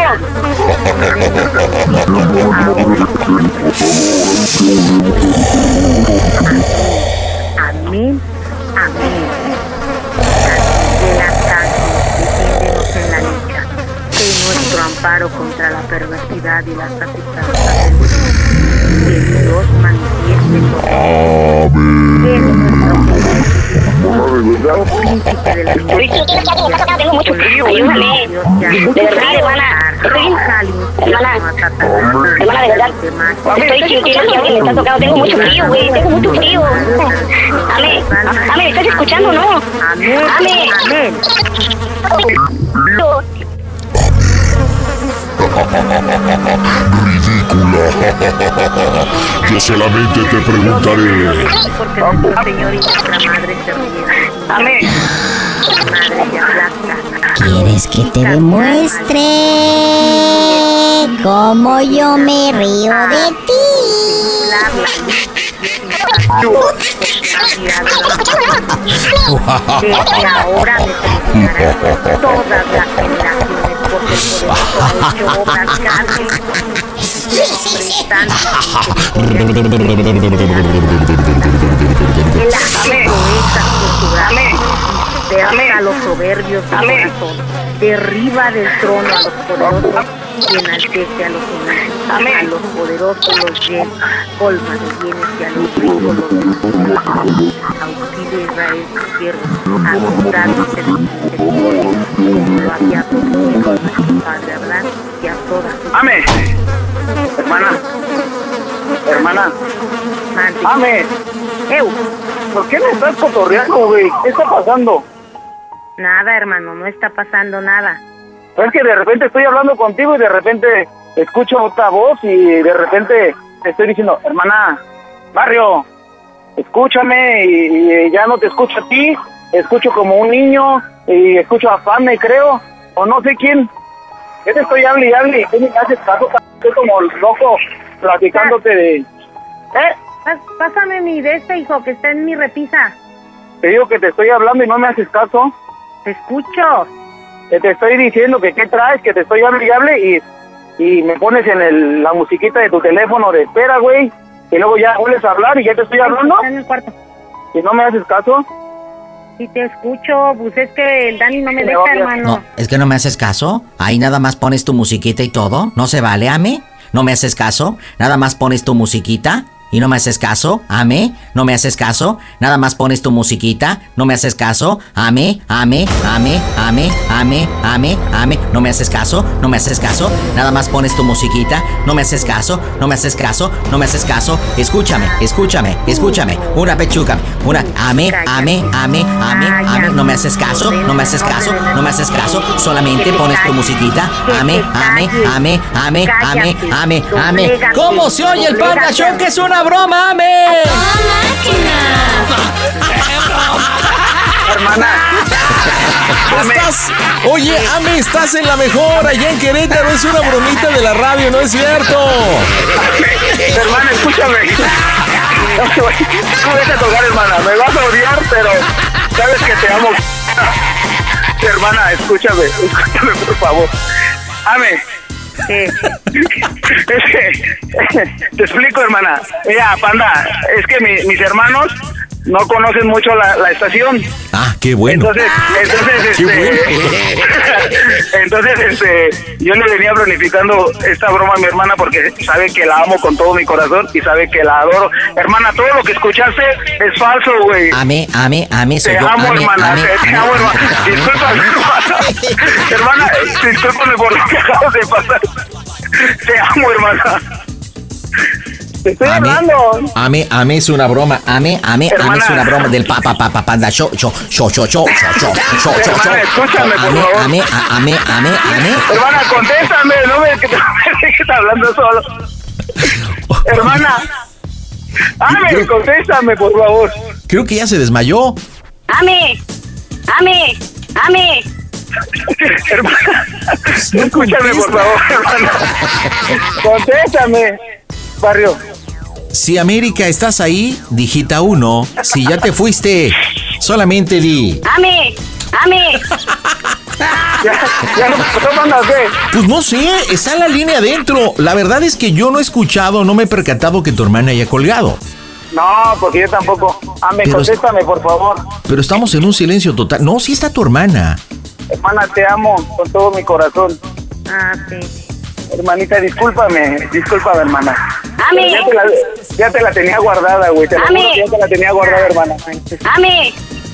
[SPEAKER 7] Amén, amén. De la sangre, defiéndenos en la lucha. Sé nuestro amparo contra la perversidad y las acechanzas del mundo. Que Dios manifieste sobre nosotros. Oh príncipe del universo,
[SPEAKER 6] Tengo mucho frío. Ayúdame.
[SPEAKER 7] Dios te ayude.
[SPEAKER 6] De verdad, hermana. Estoy bien.
[SPEAKER 7] Arroja al infierno a Satanás y
[SPEAKER 6] Hermana, de
[SPEAKER 7] a
[SPEAKER 6] verdad.
[SPEAKER 7] los demás.
[SPEAKER 6] Estoy sintiendo que alguien me está tocando. Tengo mucho frío, güey. Tengo mucho frío. Ame, Ame, ¿me estás escuchando o no?
[SPEAKER 7] Amén,
[SPEAKER 6] Amén.
[SPEAKER 7] amén.
[SPEAKER 8] Ridícula. Yo solamente te preguntaré.
[SPEAKER 7] Porque nuestro Señor y nuestra Madre se rieron.
[SPEAKER 3] amén.
[SPEAKER 7] Nuestra Madre te aplasta.
[SPEAKER 9] ¿Quieres que te [laughs] demuestre cómo yo me río de ti?
[SPEAKER 7] Habla, desde ahora me felicitarán todas las generaciones, porque por esto ha hecho obras grandes y hombres santos y Él ha hecho estas culturas. Derriba a los soberbios del corazón. Derriba del trono a los poderosos y enaltece a los humildes. A los poderosos los llena, colma de bienes y a los ricos los despoja. Auxilia a Israel su siervo, a los santos de los y a todos los Padre Abraham y a todas sus
[SPEAKER 3] Amén. Hermana, hermana,
[SPEAKER 7] amantes.
[SPEAKER 3] amén.
[SPEAKER 7] Eu,
[SPEAKER 3] ¿Por qué me estás cotorreando, güey? ¿Qué está pasando?
[SPEAKER 7] nada hermano, no está pasando nada.
[SPEAKER 3] Pues Es que de repente estoy hablando contigo y de repente escucho otra voz y de repente te estoy diciendo, hermana, barrio, escúchame y, y ya no te escucho a ti, escucho como un niño y escucho a Fame, creo, o no sé quién. Yo te estoy hablando y hable y tú ni me haces caso, cabrón. estoy como loco platicándote de... ¿Eh?
[SPEAKER 7] Pas- Pásame mi de este hijo que está en mi repisa.
[SPEAKER 3] Te digo que te estoy hablando y no me haces caso.
[SPEAKER 7] Te escucho.
[SPEAKER 3] que te estoy diciendo que qué traes, que te estoy hablando y hable y y me pones en el- la musiquita de tu teléfono de espera, güey, y luego ya vuelves a hablar y ya te estoy hablando
[SPEAKER 7] Está en el cuarto.
[SPEAKER 3] y no me haces caso.
[SPEAKER 7] Si te escucho, pues es que
[SPEAKER 6] Eh,
[SPEAKER 7] el Dani no me
[SPEAKER 3] Me
[SPEAKER 7] deja,
[SPEAKER 3] odias.
[SPEAKER 7] hermano.
[SPEAKER 10] No, es que no me haces caso. Ahí nada más pones tu musiquita y todo. No se vale, Ame. No me haces caso. Nada más pones tu musiquita y no me haces caso. Ame. No me haces caso. Nada más pones tu musiquita. No me haces caso. Ame, ame, ame, ame, ame, ame, ame. No me haces caso. No me haces caso. Nada más pones tu musiquita. No me haces caso. No me haces caso. No me haces caso. Escúchame, escúchame, escúchame. Una pechuga. Una. Ame, ame, ame, ame, ame. No me haces caso. No me haces caso. No me haces caso. Solamente pones tu musiquita. Ame, ame, ame, ame, ame, ame, ame. ¿Cómo se oye el Panda Show? Que es una broma, ame.
[SPEAKER 2] Estás- Oye, Ame, estás en la mejor allá en Querétaro. Es una bromita de la radio, ¿no es cierto?
[SPEAKER 3] Hermana, escúchame. No, te voy- no me dejes tocar, hermana. Me vas a odiar, pero sabes que te amo. Hermana, escúchame, escúchame, por favor. Ame. Es que- te explico, hermana. Mira, panda, es que mi- mis hermanos no conocen mucho la, la estación.
[SPEAKER 2] Ah, qué bueno.
[SPEAKER 3] Entonces, entonces,
[SPEAKER 2] Qué
[SPEAKER 3] este, [laughs] entonces, este, yo le venía planificando esta broma a mi hermana porque sabe que la amo con todo mi corazón y sabe que la adoro. Hermana, todo lo que escuchaste es falso, güey.
[SPEAKER 2] Ah,
[SPEAKER 10] Ame, ame, ame. Soy
[SPEAKER 3] Te
[SPEAKER 10] yo.
[SPEAKER 3] amo,
[SPEAKER 10] Ame,
[SPEAKER 3] hermana,
[SPEAKER 10] ame,
[SPEAKER 3] te, te
[SPEAKER 10] ame,
[SPEAKER 3] amo,
[SPEAKER 10] ame.
[SPEAKER 2] [laughs]
[SPEAKER 3] hermana. Discúlpame, hermana. hermana, eh, discúlpame por lo que acabas de pasar. Te amo, hermana. Te estoy
[SPEAKER 10] Ame,
[SPEAKER 3] hablando.
[SPEAKER 10] Ame, ame es una broma. Ame, ame, ame es una
[SPEAKER 3] Hermana.
[SPEAKER 10] broma del papa, papa, panda, show, show, show, show, show, show, show, show, show, show.
[SPEAKER 3] Hermana, escúchame, por
[SPEAKER 10] Ame,
[SPEAKER 3] favor.
[SPEAKER 10] ame, a- ame, ame, ame.
[SPEAKER 3] Hermana, contéstame, no me, que te- me dejes [laughs] hablando solo. Hermana, ame, contéstame, por favor.
[SPEAKER 2] Creo que ya se desmayó.
[SPEAKER 6] ¡Ame! ¡Ame! ¡Ame!
[SPEAKER 3] Hermana, escúchame, por favor, hermana. Contéstame, barrio.
[SPEAKER 2] Si América estás ahí, digita uno. Si ya te fuiste, solamente di.
[SPEAKER 6] ¡Ame! ¡Ame!
[SPEAKER 3] Ya, ya no pasó, manda, ¿qué?
[SPEAKER 2] Pues no sé, está la línea adentro. La verdad es que yo no he escuchado, no me he percatado que tu hermana haya colgado.
[SPEAKER 3] No, porque yo tampoco. Ame,
[SPEAKER 2] Pero-
[SPEAKER 3] contéstame, por favor.
[SPEAKER 2] Pero estamos en un silencio total. No, sí está tu hermana.
[SPEAKER 3] Hermana, te amo con todo mi corazón.
[SPEAKER 7] Ah, sí.
[SPEAKER 3] Hermanita, discúlpame, discúlpame, hermana.
[SPEAKER 6] ¡Ame!
[SPEAKER 3] Ya te la, ya te la tenía guardada, güey. Te lo
[SPEAKER 6] Ame.
[SPEAKER 3] juro que ya te la tenía guardada, hermana.
[SPEAKER 6] ¡Ame!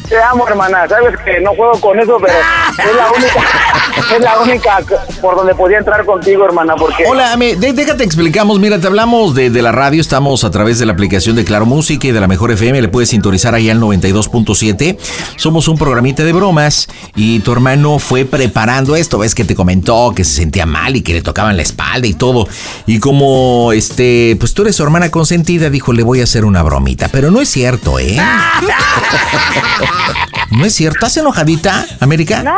[SPEAKER 3] Te amo, hermana. Sabes que no juego con eso, pero es la única, es la única por donde podía entrar contigo, hermana, porque
[SPEAKER 2] Hola, Ame, de- déjate explicamos. Mira, te hablamos de, de la radio. Estamos a través de la aplicación de Claro Música y de la Mejor FM. Le puedes sintonizar ahí al 92.7. Somos un programita de bromas y tu hermano fue preparando esto. Ves que te comentó que se sentía mal y que le tocaban la espalda y todo. Y como, este, pues tú eres su hermana consentida, dijo, le voy a hacer una bromita. Pero no es cierto,
[SPEAKER 7] [laughs]
[SPEAKER 2] ¿eh? No es cierto. ¿Estás enojadita, América?
[SPEAKER 7] No,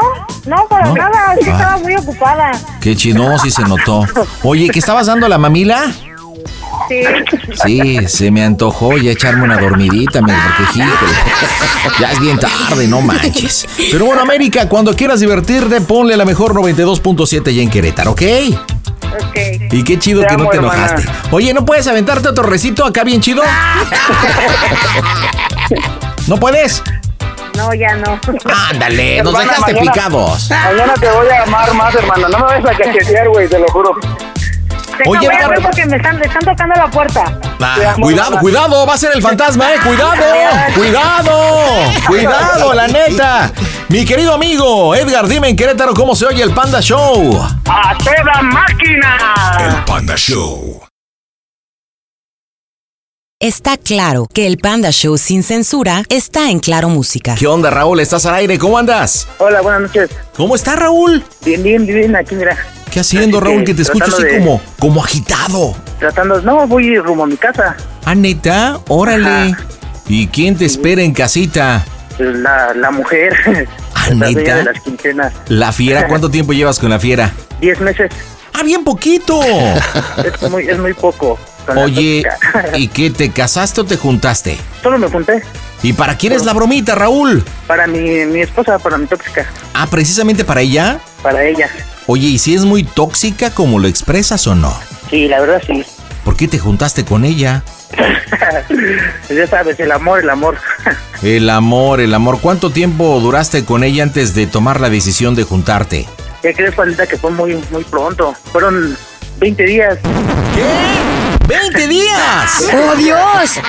[SPEAKER 7] no, para
[SPEAKER 2] ¿No?
[SPEAKER 7] nada. Es que
[SPEAKER 2] Ah.
[SPEAKER 7] estaba muy ocupada.
[SPEAKER 2] Qué chino, sí se notó. Oye, ¿qué estabas dando la mamila?
[SPEAKER 7] Sí.
[SPEAKER 2] Sí, se me antojó ya echarme una dormidita, me porque híjole, Ya es bien tarde, no manches. Pero bueno, América, cuando quieras divertirte, ponle la mejor 92.7 ya en Querétaro, ¿ok?
[SPEAKER 7] Ok.
[SPEAKER 2] Y qué chido
[SPEAKER 3] Te
[SPEAKER 2] que no
[SPEAKER 3] amo,
[SPEAKER 2] te
[SPEAKER 3] hermana.
[SPEAKER 2] enojaste. Oye, ¿no puedes aventarte otro recito acá bien
[SPEAKER 3] [laughs]
[SPEAKER 2] chido? ¿No puedes?
[SPEAKER 7] No, ya
[SPEAKER 11] [laughs]
[SPEAKER 7] no.
[SPEAKER 2] Ándale, nos
[SPEAKER 3] Hermana,
[SPEAKER 2] dejaste
[SPEAKER 3] mañana-
[SPEAKER 2] picados.
[SPEAKER 3] mañana te voy a amar más, hermana. No me vayas a cachetear, güey, te lo juro.
[SPEAKER 7] Deja,
[SPEAKER 2] Oye,
[SPEAKER 7] voy a ver
[SPEAKER 2] hermana.
[SPEAKER 7] porque me están, me están tocando la puerta.
[SPEAKER 2] Ah,
[SPEAKER 3] Te amo,
[SPEAKER 2] cuidado,
[SPEAKER 3] hermana.
[SPEAKER 2] cuidado, va a ser el fantasma, eh. Cuidado,
[SPEAKER 3] [laughs]
[SPEAKER 2] cuidado, cuidado, la neta. Mi querido amigo Edgar, dime en Querétaro cómo se oye el Panda Show.
[SPEAKER 3] ¡A toda máquina!
[SPEAKER 5] El Panda Show.
[SPEAKER 12] Está claro que el Panda Show sin censura está en Claro Música.
[SPEAKER 2] ¿Qué onda, Raúl? ¿Estás al aire? ¿Cómo andas?
[SPEAKER 3] Hola, buenas noches.
[SPEAKER 2] ¿Cómo está, Raúl?
[SPEAKER 3] Bien, bien, bien, aquí, mira.
[SPEAKER 2] ¿Qué haciendo,
[SPEAKER 3] Así
[SPEAKER 2] Raúl?
[SPEAKER 3] que
[SPEAKER 2] Que te escucho así
[SPEAKER 3] tratando de-
[SPEAKER 2] como, como agitado.
[SPEAKER 3] Tratando... No, voy rumbo a mi casa.
[SPEAKER 2] Ah, neta, órale.
[SPEAKER 3] Ajá.
[SPEAKER 2] ¿Y quién te espera en casita?
[SPEAKER 3] La, la
[SPEAKER 11] [laughs]
[SPEAKER 3] mujer.
[SPEAKER 2] Ah,
[SPEAKER 3] la dueña
[SPEAKER 2] ¿neta?
[SPEAKER 3] de las quincenas.
[SPEAKER 2] La fiera,
[SPEAKER 3] [laughs]
[SPEAKER 2] ¿cuánto tiempo llevas con la fiera?
[SPEAKER 3] Diez meses.
[SPEAKER 2] Ah, bien
[SPEAKER 3] [laughs]
[SPEAKER 2] poquito.
[SPEAKER 3] Es muy, es muy poco. con la
[SPEAKER 2] Oye,
[SPEAKER 3] tóxica.
[SPEAKER 11] [laughs]
[SPEAKER 2] ¿y qué? ¿Te casaste o te juntaste?
[SPEAKER 3] Solo me junté
[SPEAKER 2] ¿Y para quién es la bromita, Raúl?
[SPEAKER 3] para mi, mi esposa, para mi tóxica.
[SPEAKER 2] Ah, precisamente para ella.
[SPEAKER 11] para ella.
[SPEAKER 2] Oye, ¿y si es muy tóxica como lo expresas o no?
[SPEAKER 11] Sí, la verdad sí.
[SPEAKER 2] ¿Por qué te juntaste con ella?
[SPEAKER 11] ya sabes, el amor, el amor. [laughs]
[SPEAKER 2] El amor, el amor. ¿Cuánto tiempo duraste con ella antes de tomar la decisión de juntarte?
[SPEAKER 11] ¿Qué crees, Juanita, que fue muy, muy pronto? Fueron 20 días.
[SPEAKER 2] ¿Qué? ¡20 días!
[SPEAKER 13] ¡Oh, Dios!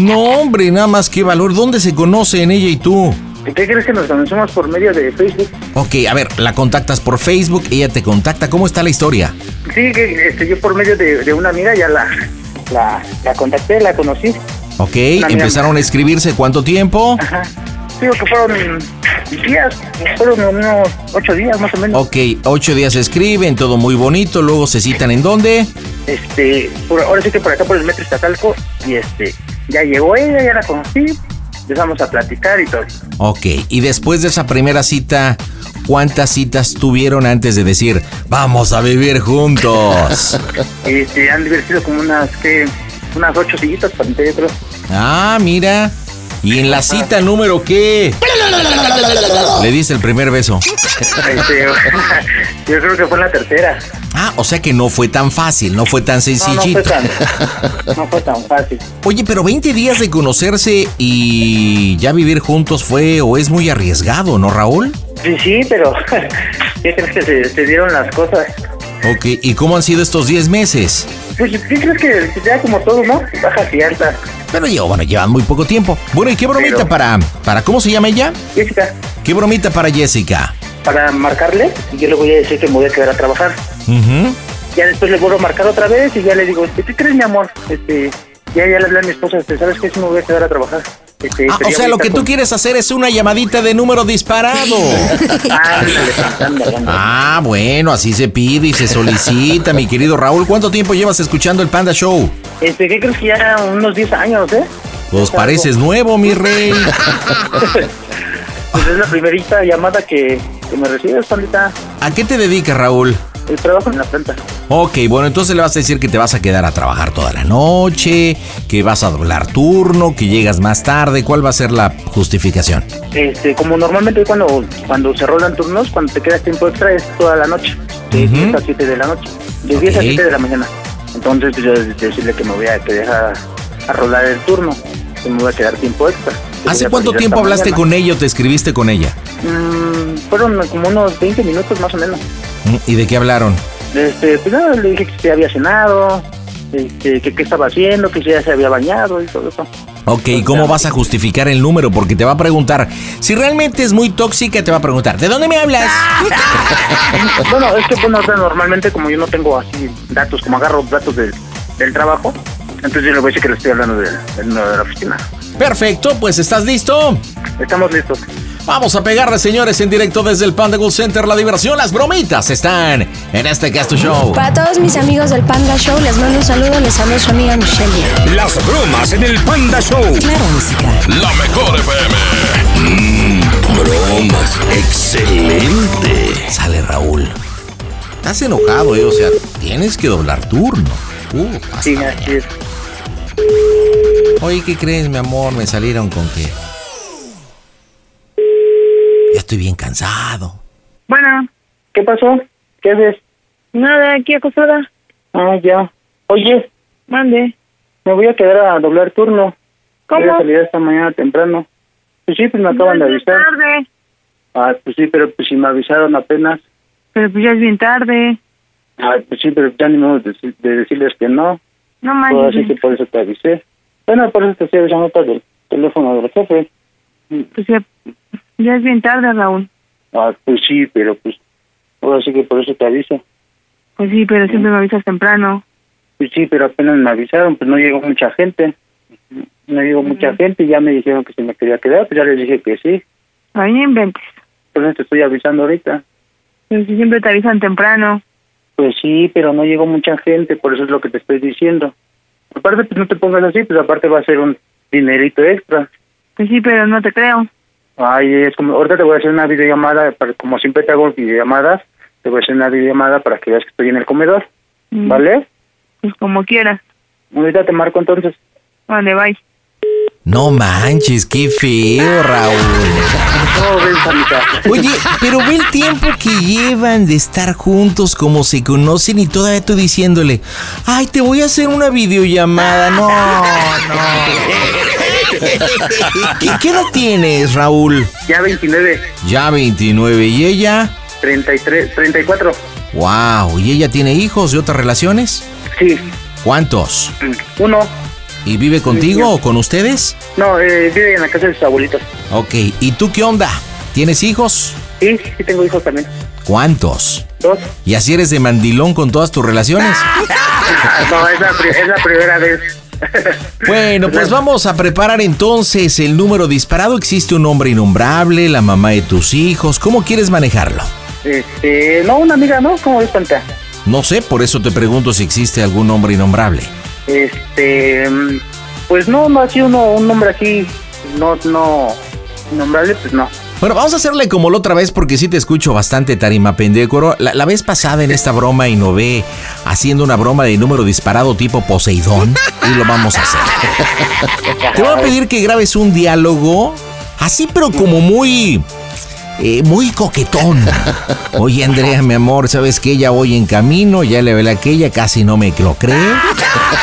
[SPEAKER 2] No, hombre, nada más qué valor. ¿Dónde se conocen ella y tú?
[SPEAKER 11] ¿Qué crees que nos conocemos por medio de Facebook?
[SPEAKER 2] Ok, a ver, la contactas por Facebook, ella te contacta. ¿Cómo está la historia?
[SPEAKER 11] Sí, que este, yo por medio de, de una amiga ya la, la, la contacté, la conocí.
[SPEAKER 2] Ok,
[SPEAKER 11] mía.
[SPEAKER 2] empezaron a escribirse. ¿Cuánto tiempo?
[SPEAKER 11] Ajá. Digo que fueron días, fueron unos ocho días más o menos.
[SPEAKER 2] Ok, ocho días se escriben, todo muy bonito. Luego se citan en dónde?
[SPEAKER 11] Este, por- ahora sí que por acá por el metro Iztacalco y este, ya llegó ella, ya la conocí, empezamos a platicar y todo.
[SPEAKER 2] Ok, y después de esa primera cita, ¿cuántas citas tuvieron antes de decir, vamos a vivir juntos?
[SPEAKER 11] Este, han divertido como unas, que Unas ocho sillitas para entrar, yo creo.
[SPEAKER 2] ah, mira. ¿Y en la cita número qué? Le dice el primer beso.
[SPEAKER 11] Este, [laughs] yo creo que fue en la tercera.
[SPEAKER 2] Ah, o sea que no fue tan fácil, no fue tan
[SPEAKER 11] No, no
[SPEAKER 2] sencillito.
[SPEAKER 11] fue tan, no fue tan fácil.
[SPEAKER 2] Oye, pero 20 días de conocerse y ya vivir juntos fue o es muy arriesgado, ¿no, Raúl?
[SPEAKER 11] Sí, sí, pero [laughs] ¿qué crees que se, se dieron las cosas?
[SPEAKER 2] Ok, ¿y cómo han sido estos 10 meses?
[SPEAKER 11] Pues, ¿qué crees que sea como todo, no? Bajas y altas.
[SPEAKER 2] Pero yo, bueno, llevan muy poco tiempo. Bueno, ¿y qué bromita
[SPEAKER 11] Pero-
[SPEAKER 2] para, para, ¿cómo se llama ella?
[SPEAKER 11] Jessica,
[SPEAKER 2] ¿Qué bromita para Jessica?
[SPEAKER 11] para marcarle, yo le voy a decir que me voy a quedar a trabajar.
[SPEAKER 2] Ujú.
[SPEAKER 11] Ya después le vuelvo a marcar otra vez y ya le digo, este, ¿qué crees, mi amor? Este, ya, ya le hablé a mi esposa, este, ¿sabes qué? Si me voy a quedar a trabajar. Este,
[SPEAKER 2] Ah, o
[SPEAKER 11] sería
[SPEAKER 2] sea, lo
[SPEAKER 11] bonita
[SPEAKER 2] que tú
[SPEAKER 11] con-
[SPEAKER 2] quieres hacer es una llamadita de número
[SPEAKER 11] [laughs]
[SPEAKER 2] disparado.
[SPEAKER 11] Ah, Ándale, ándale, ándale.
[SPEAKER 2] Ah, bueno, así se pide y se solicita, mi querido Raúl. ¿Cuánto tiempo llevas escuchando el Panda Show?
[SPEAKER 11] Este, ¿qué crees que ya unos 10 años, eh?
[SPEAKER 2] Pues pareces nuevo, mi rey.
[SPEAKER 11] Pues es la primerita llamada que, que me recibes, pandita.
[SPEAKER 2] ¿A qué te dedicas, Raúl?
[SPEAKER 11] El trabajo en la planta.
[SPEAKER 2] Ok, bueno, entonces le vas a decir que te vas a quedar a trabajar toda la noche, que vas a doblar turno, que llegas más tarde. ¿Cuál va a ser la justificación?
[SPEAKER 11] Este, como normalmente cuando, cuando se rolan turnos, cuando te quedas tiempo extra es toda la noche, de
[SPEAKER 2] Ujú.
[SPEAKER 11] 10 a 7 de la noche, de 10 a
[SPEAKER 2] Ok.
[SPEAKER 11] 7 de la mañana. Entonces pues, yo de- decirle que me voy a quedar a, a rolar el turno, que me voy a quedar tiempo extra. que voy
[SPEAKER 2] ¿Hace
[SPEAKER 11] a
[SPEAKER 2] cuánto
[SPEAKER 11] partir
[SPEAKER 2] tiempo
[SPEAKER 11] hasta
[SPEAKER 2] hablaste
[SPEAKER 11] mañana.
[SPEAKER 2] con ella o te escribiste con ella?
[SPEAKER 11] Mm, fueron como unos 20 minutos más o menos.
[SPEAKER 2] ¿Y de qué hablaron?
[SPEAKER 11] Este, pues nada, le dije que se había cenado, este, que qué estaba haciendo, que si ya se había bañado y todo eso.
[SPEAKER 2] Ok, ¿y ¿cómo vas a justificar el número? Porque te va a preguntar, si realmente es muy tóxica, te va a preguntar, ¿de dónde me hablas?
[SPEAKER 11] Bueno, es que bueno, o sea, normalmente como yo no tengo así datos, como agarro datos del, del trabajo, entonces yo le voy a decir que le estoy hablando del del número de la oficina.
[SPEAKER 2] Perfecto, pues ¿estás listo?
[SPEAKER 11] Estamos listos.
[SPEAKER 2] Vamos a pegarle, señores, en directo desde el Panda Gold Center. La diversión, las bromitas están en este Casto Show.
[SPEAKER 7] Para todos mis amigos del Panda Show, les mando un saludo, les hablo su amiga Michelle. Díaz.
[SPEAKER 5] Las bromas en el Panda Show.
[SPEAKER 7] Claro, música.
[SPEAKER 5] La mejor FM. bromas. Excelente.
[SPEAKER 2] Sale Raúl. Estás enojado, eh, o sea, tienes que doblar turno. Uh, hasta
[SPEAKER 11] Sí,
[SPEAKER 2] mañana.
[SPEAKER 11] así es.
[SPEAKER 2] Oye, ¿qué crees, mi amor? Me salieron con que... Ya estoy bien cansado.
[SPEAKER 14] Bueno,
[SPEAKER 11] ¿Qué pasó? ¿Qué haces?
[SPEAKER 14] nada, aquí acostada.
[SPEAKER 11] Ah, ya. Oye,
[SPEAKER 14] Mande.
[SPEAKER 11] me voy a quedar a doblar turno.
[SPEAKER 14] ¿Cómo?
[SPEAKER 11] Voy a salir esta mañana temprano. Pues sí, pues me acaban de
[SPEAKER 14] Ya es bien
[SPEAKER 11] avisar.
[SPEAKER 14] tarde.
[SPEAKER 11] Ah, pues sí, pero pues si me avisaron apenas.
[SPEAKER 14] Pero pues ya es bien tarde.
[SPEAKER 11] Ah, pues sí, pero ya ni modo de, deci- de decirles que no.
[SPEAKER 14] No
[SPEAKER 11] Todo así que
[SPEAKER 14] manches.
[SPEAKER 11] por eso te avisé. Bueno, por eso te estoy avisando para el teléfono del jefe.
[SPEAKER 14] Pues ya, ya es bien tarde, Raúl.
[SPEAKER 11] Ah, pues sí, pero pues ahora sí que por eso te aviso.
[SPEAKER 14] Pues sí, pero siempre me avisas temprano.
[SPEAKER 11] Pues sí, pero apenas me avisaron, pues no llegó mucha gente. No llegó mucha gente, ya me dijeron que si me quería quedar, pues ya les dije que sí.
[SPEAKER 14] Ahí no inventes.
[SPEAKER 11] Por eso te estoy avisando ahorita.
[SPEAKER 14] Pero si siempre te avisan temprano.
[SPEAKER 11] Pues sí, pero no llegó mucha gente, por eso es lo que te estoy diciendo. Aparte, pues no te pongas así, pues aparte va a ser un dinerito extra.
[SPEAKER 14] Pues sí, pero no te creo.
[SPEAKER 11] Ay, es como, ahorita te voy a hacer una videollamada, para, como siempre te hago videollamadas, te voy a hacer una videollamada para que veas que estoy en el comedor,
[SPEAKER 14] Mm,
[SPEAKER 11] ¿vale?
[SPEAKER 14] Pues como quieras.
[SPEAKER 11] Ahorita te marco entonces.
[SPEAKER 14] Vale, bye.
[SPEAKER 2] No manches, qué feo, Raúl. Oye, pero ve el tiempo que llevan de estar juntos, como se conocen y todavía tú diciéndole, ay, te voy a hacer una videollamada. No, no. ¿Qué, qué edad tienes, Raúl?
[SPEAKER 11] Ya 29,
[SPEAKER 2] Ya 29. ¿Y ella?
[SPEAKER 11] 33, 34.
[SPEAKER 2] Wow. ¿Y ella tiene hijos de otras relaciones?
[SPEAKER 11] Sí. mm,
[SPEAKER 2] ¿Cuántos?
[SPEAKER 11] Uno.
[SPEAKER 2] ¿Y vive contigo o con ustedes?
[SPEAKER 11] No, eh, vive en la casa de sus abuelitos.
[SPEAKER 2] Ok. ¿Y tú qué onda? ¿Tienes hijos?
[SPEAKER 11] Sí, sí tengo hijos también.
[SPEAKER 2] ¿Cuántos?
[SPEAKER 11] Dos.
[SPEAKER 2] ¿Y así eres de mandilón con todas tus relaciones?
[SPEAKER 11] No, es la, pri- es la primera vez.
[SPEAKER 2] Bueno, pues vamos a preparar entonces el número disparado. Existe un hombre innombrable, la mamá de tus hijos. ¿Cómo quieres manejarlo?
[SPEAKER 11] Este, no, una amiga, ¿no? ¿Cómo ves tanta?
[SPEAKER 2] No sé, por eso te pregunto si existe algún hombre innombrable.
[SPEAKER 11] Este, mm, pues no, no así uno, un nombre así, no, no, nombrable, pues no.
[SPEAKER 2] Bueno, vamos a hacerle como la otra vez porque sí te escucho bastante tarima pendécoro. La, la vez pasada en esta broma innové haciendo una broma de número disparado tipo Poseidón y lo vamos a hacer. Te voy a pedir que grabes un diálogo así pero como muy... eh, muy coquetón. Oye, Andrea, mi amor, ¿sabes qué? Ya voy en camino, ya le velé aquella, casi no me lo cree.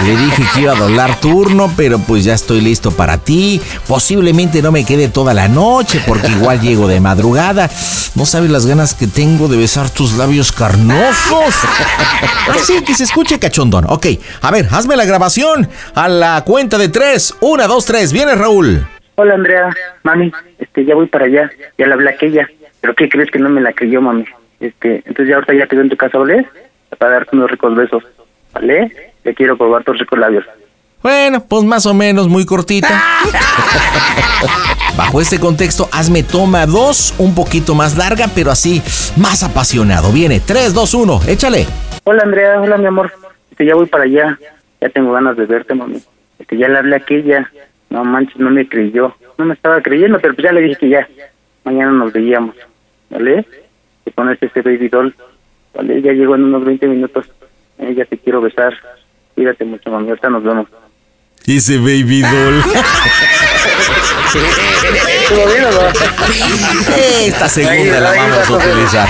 [SPEAKER 2] Le dije que iba a doblar turno, pero pues ya estoy listo para ti. Posiblemente no me quede toda la noche, porque igual llego de madrugada. No sabes las ganas que tengo de besar tus labios carnosos. Así que se escuche cachondón. Ok, a ver, hazme la grabación a la cuenta de tres. Una, dos, tres. Viene Raúl.
[SPEAKER 11] Hola, Andrea, mami, este, ya voy para allá, ya la hablé a aquella, pero ¿qué crees que no me la creyó, mami? Este, entonces ya ahorita ya quedó en tu casa, ¿vale? Para darte unos ricos besos, ¿vale? Te quiero probar tus ricos labios.
[SPEAKER 2] Bueno, pues más o menos, muy cortita. Bajo este contexto, hazme toma dos, un poquito más larga, pero así más apasionado. Viene, tres, dos, uno, échale.
[SPEAKER 11] Hola, Andrea, hola, mi amor, este, ya voy para allá, ya tengo ganas de verte, mami. Este, ya la hablé a aquella, no manches, no me creyó, no me estaba creyendo, pero pues ya le dije que ya, mañana nos veíamos, ¿vale? Te pones ese este baby doll, ¿vale? Ya llego en unos 20 minutos, eh, ya te quiero besar, cuídate mucho, mami, ahorita nos vemos.
[SPEAKER 2] Ese baby
[SPEAKER 11] [laughs]
[SPEAKER 2] doll. Esta segunda la vamos a utilizar.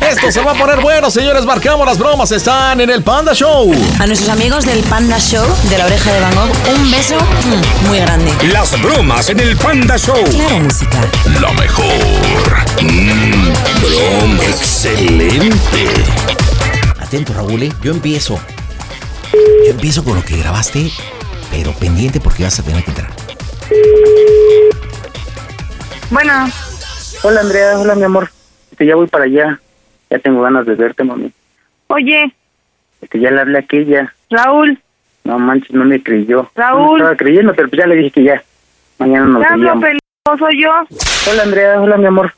[SPEAKER 2] Esto se va a poner bueno, señores. Marcamos las bromas. Están en el Panda Show.
[SPEAKER 7] A nuestros amigos del Panda Show de la oreja de Van Gogh, un beso mm, muy grande.
[SPEAKER 5] Las bromas en el Panda Show.
[SPEAKER 7] Claro, música.
[SPEAKER 5] Lo mejor. Mm, broma excelente.
[SPEAKER 2] Atento, Raúl. ¿eh? Yo empiezo. Yo empiezo con lo que grabaste, pero pendiente porque vas a tener que entrar.
[SPEAKER 11] Bueno. Hola, Andrea, hola, mi amor, este, ya voy para allá, ya tengo ganas de verte, mami.
[SPEAKER 14] Oye,
[SPEAKER 11] Este, ya le hablé a aquella,
[SPEAKER 14] Raúl,
[SPEAKER 11] no manches, no me creyó. No me
[SPEAKER 14] Raúl.
[SPEAKER 11] estaba creyendo, pero pues ya le dije que ya, mañana nos
[SPEAKER 14] te hablo,
[SPEAKER 11] veíamos.
[SPEAKER 14] pendejo, soy yo.
[SPEAKER 11] Hola, Andrea, hola, mi amor.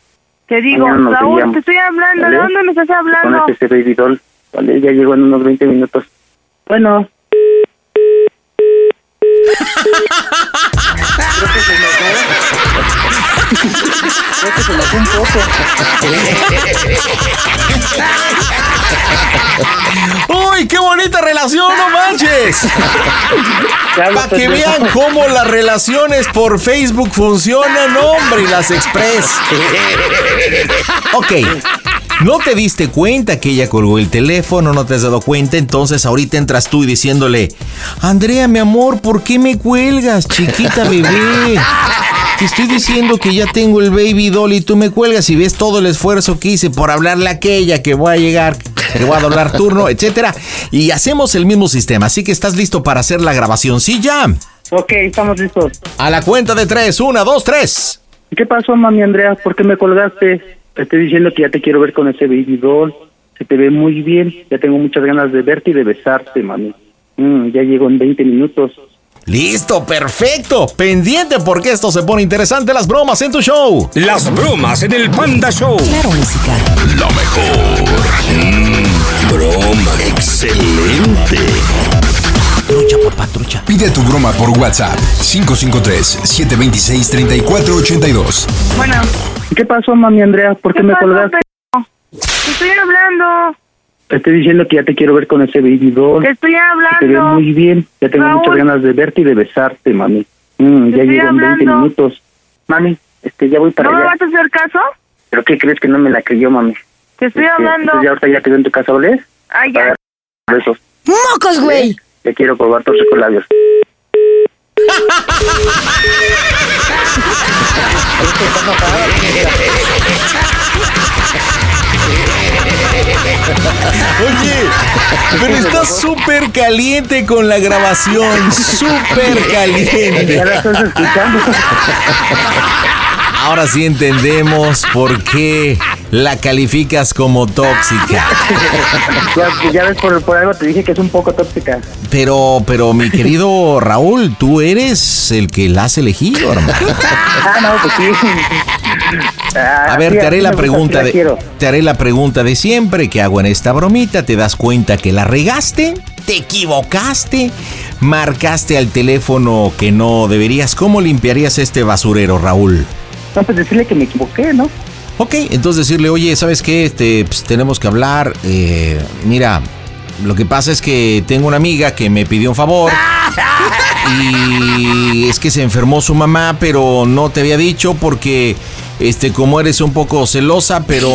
[SPEAKER 14] Te digo,
[SPEAKER 11] Mañana nos
[SPEAKER 14] Raúl,
[SPEAKER 11] veíamos. este
[SPEAKER 14] te estoy hablando. ¿De
[SPEAKER 11] ¿Vale?
[SPEAKER 14] dónde me estás hablando?
[SPEAKER 11] Ponete ese baby doll. Vale, ya llegó en unos 20 minutos. Bueno.
[SPEAKER 2] ¡Uy, qué bonita relación, no manches! Para que vean cómo las relaciones por Facebook funcionan, hombre, y las express. Ok. No te diste cuenta que ella colgó el teléfono, no te has dado cuenta, entonces ahorita entras tú y diciéndole, Andrea, mi amor, ¿por qué me cuelgas, chiquita bebé? Te estoy diciendo que ya tengo el baby doll y tú me cuelgas y ves todo el esfuerzo que hice por hablarle a aquella que voy a llegar, que voy a doblar turno, etcétera. Y hacemos el mismo sistema, así que estás listo para hacer la grabación, ¿sí ya?
[SPEAKER 11] Ok, estamos listos.
[SPEAKER 2] A la cuenta de tres, una, dos, tres.
[SPEAKER 11] ¿Qué pasó, mami Andrea? ¿Por qué me colgaste? Te estoy diciendo que ya te quiero ver con ese baby doll. Se te ve muy bien. Ya tengo muchas ganas de verte y de besarte, mami. Mm, ya llego en 20 minutos.
[SPEAKER 2] Listo, perfecto. Pendiente porque esto se pone interesante las bromas en tu show.
[SPEAKER 5] Las bromas en el Panda Show.
[SPEAKER 7] Claro, música.
[SPEAKER 5] Lo mejor. Mm, broma excelente.
[SPEAKER 1] Pide tu broma por WhatsApp 553-726-3482.
[SPEAKER 14] Bueno,
[SPEAKER 11] ¿Qué pasó, mami Andrea? ¿Por qué, me colgaste?
[SPEAKER 14] te estoy hablando.
[SPEAKER 11] Te estoy diciendo que ya te quiero ver con ese baby doll.
[SPEAKER 14] Te estoy
[SPEAKER 11] Se te ve
[SPEAKER 14] hablando.
[SPEAKER 11] muy bien. Ya tengo
[SPEAKER 14] Raúl.
[SPEAKER 11] muchas ganas de verte y de besarte, mami. Mm, ya
[SPEAKER 14] estoy
[SPEAKER 11] llevo en 20
[SPEAKER 14] hablando.
[SPEAKER 11] minutos. Mami, este, ya voy para
[SPEAKER 14] ¿No me
[SPEAKER 11] allá.
[SPEAKER 14] vas a hacer caso?
[SPEAKER 11] ¿Pero qué crees que no me la creyó, mami?
[SPEAKER 14] Te estoy
[SPEAKER 11] Este,
[SPEAKER 14] hablando.
[SPEAKER 11] entonces ya ahorita ya quedó en tu casa, ¿vale?
[SPEAKER 14] Ay, ya.
[SPEAKER 11] Para- Besos.
[SPEAKER 15] ¡Mocos, güey!
[SPEAKER 11] Te quiero probar tus ricos labios.
[SPEAKER 2] Oye, pero está súper caliente con la grabación. Súper caliente.
[SPEAKER 11] Ya la
[SPEAKER 14] [laughs]
[SPEAKER 11] estás escuchando.
[SPEAKER 2] Ahora sí entendemos por qué la calificas como tóxica.
[SPEAKER 11] ya, ya ves, por, por algo te dije que es un poco tóxica.
[SPEAKER 2] Pero, pero mi querido Raúl, tú eres el que la has elegido, hermano.
[SPEAKER 11] Ah, no, pues sí. Ah,
[SPEAKER 2] A ver, te haré la pregunta de, te haré la pregunta de siempre que hago en esta bromita. ¿Te das cuenta que la regaste? ¿Te equivocaste? ¿Marcaste al teléfono que no deberías? ¿Cómo limpiarías este basurero, Raúl?
[SPEAKER 11] No, pues decirle que me equivoqué, ¿no?
[SPEAKER 2] Ok, entonces decirle, oye, ¿sabes qué? Este, pues, tenemos que hablar. eh, mira, lo que pasa es que tengo una amiga que me pidió un favor. Y es que se enfermó su mamá, pero no te había dicho porque, este, como eres un poco celosa, pero,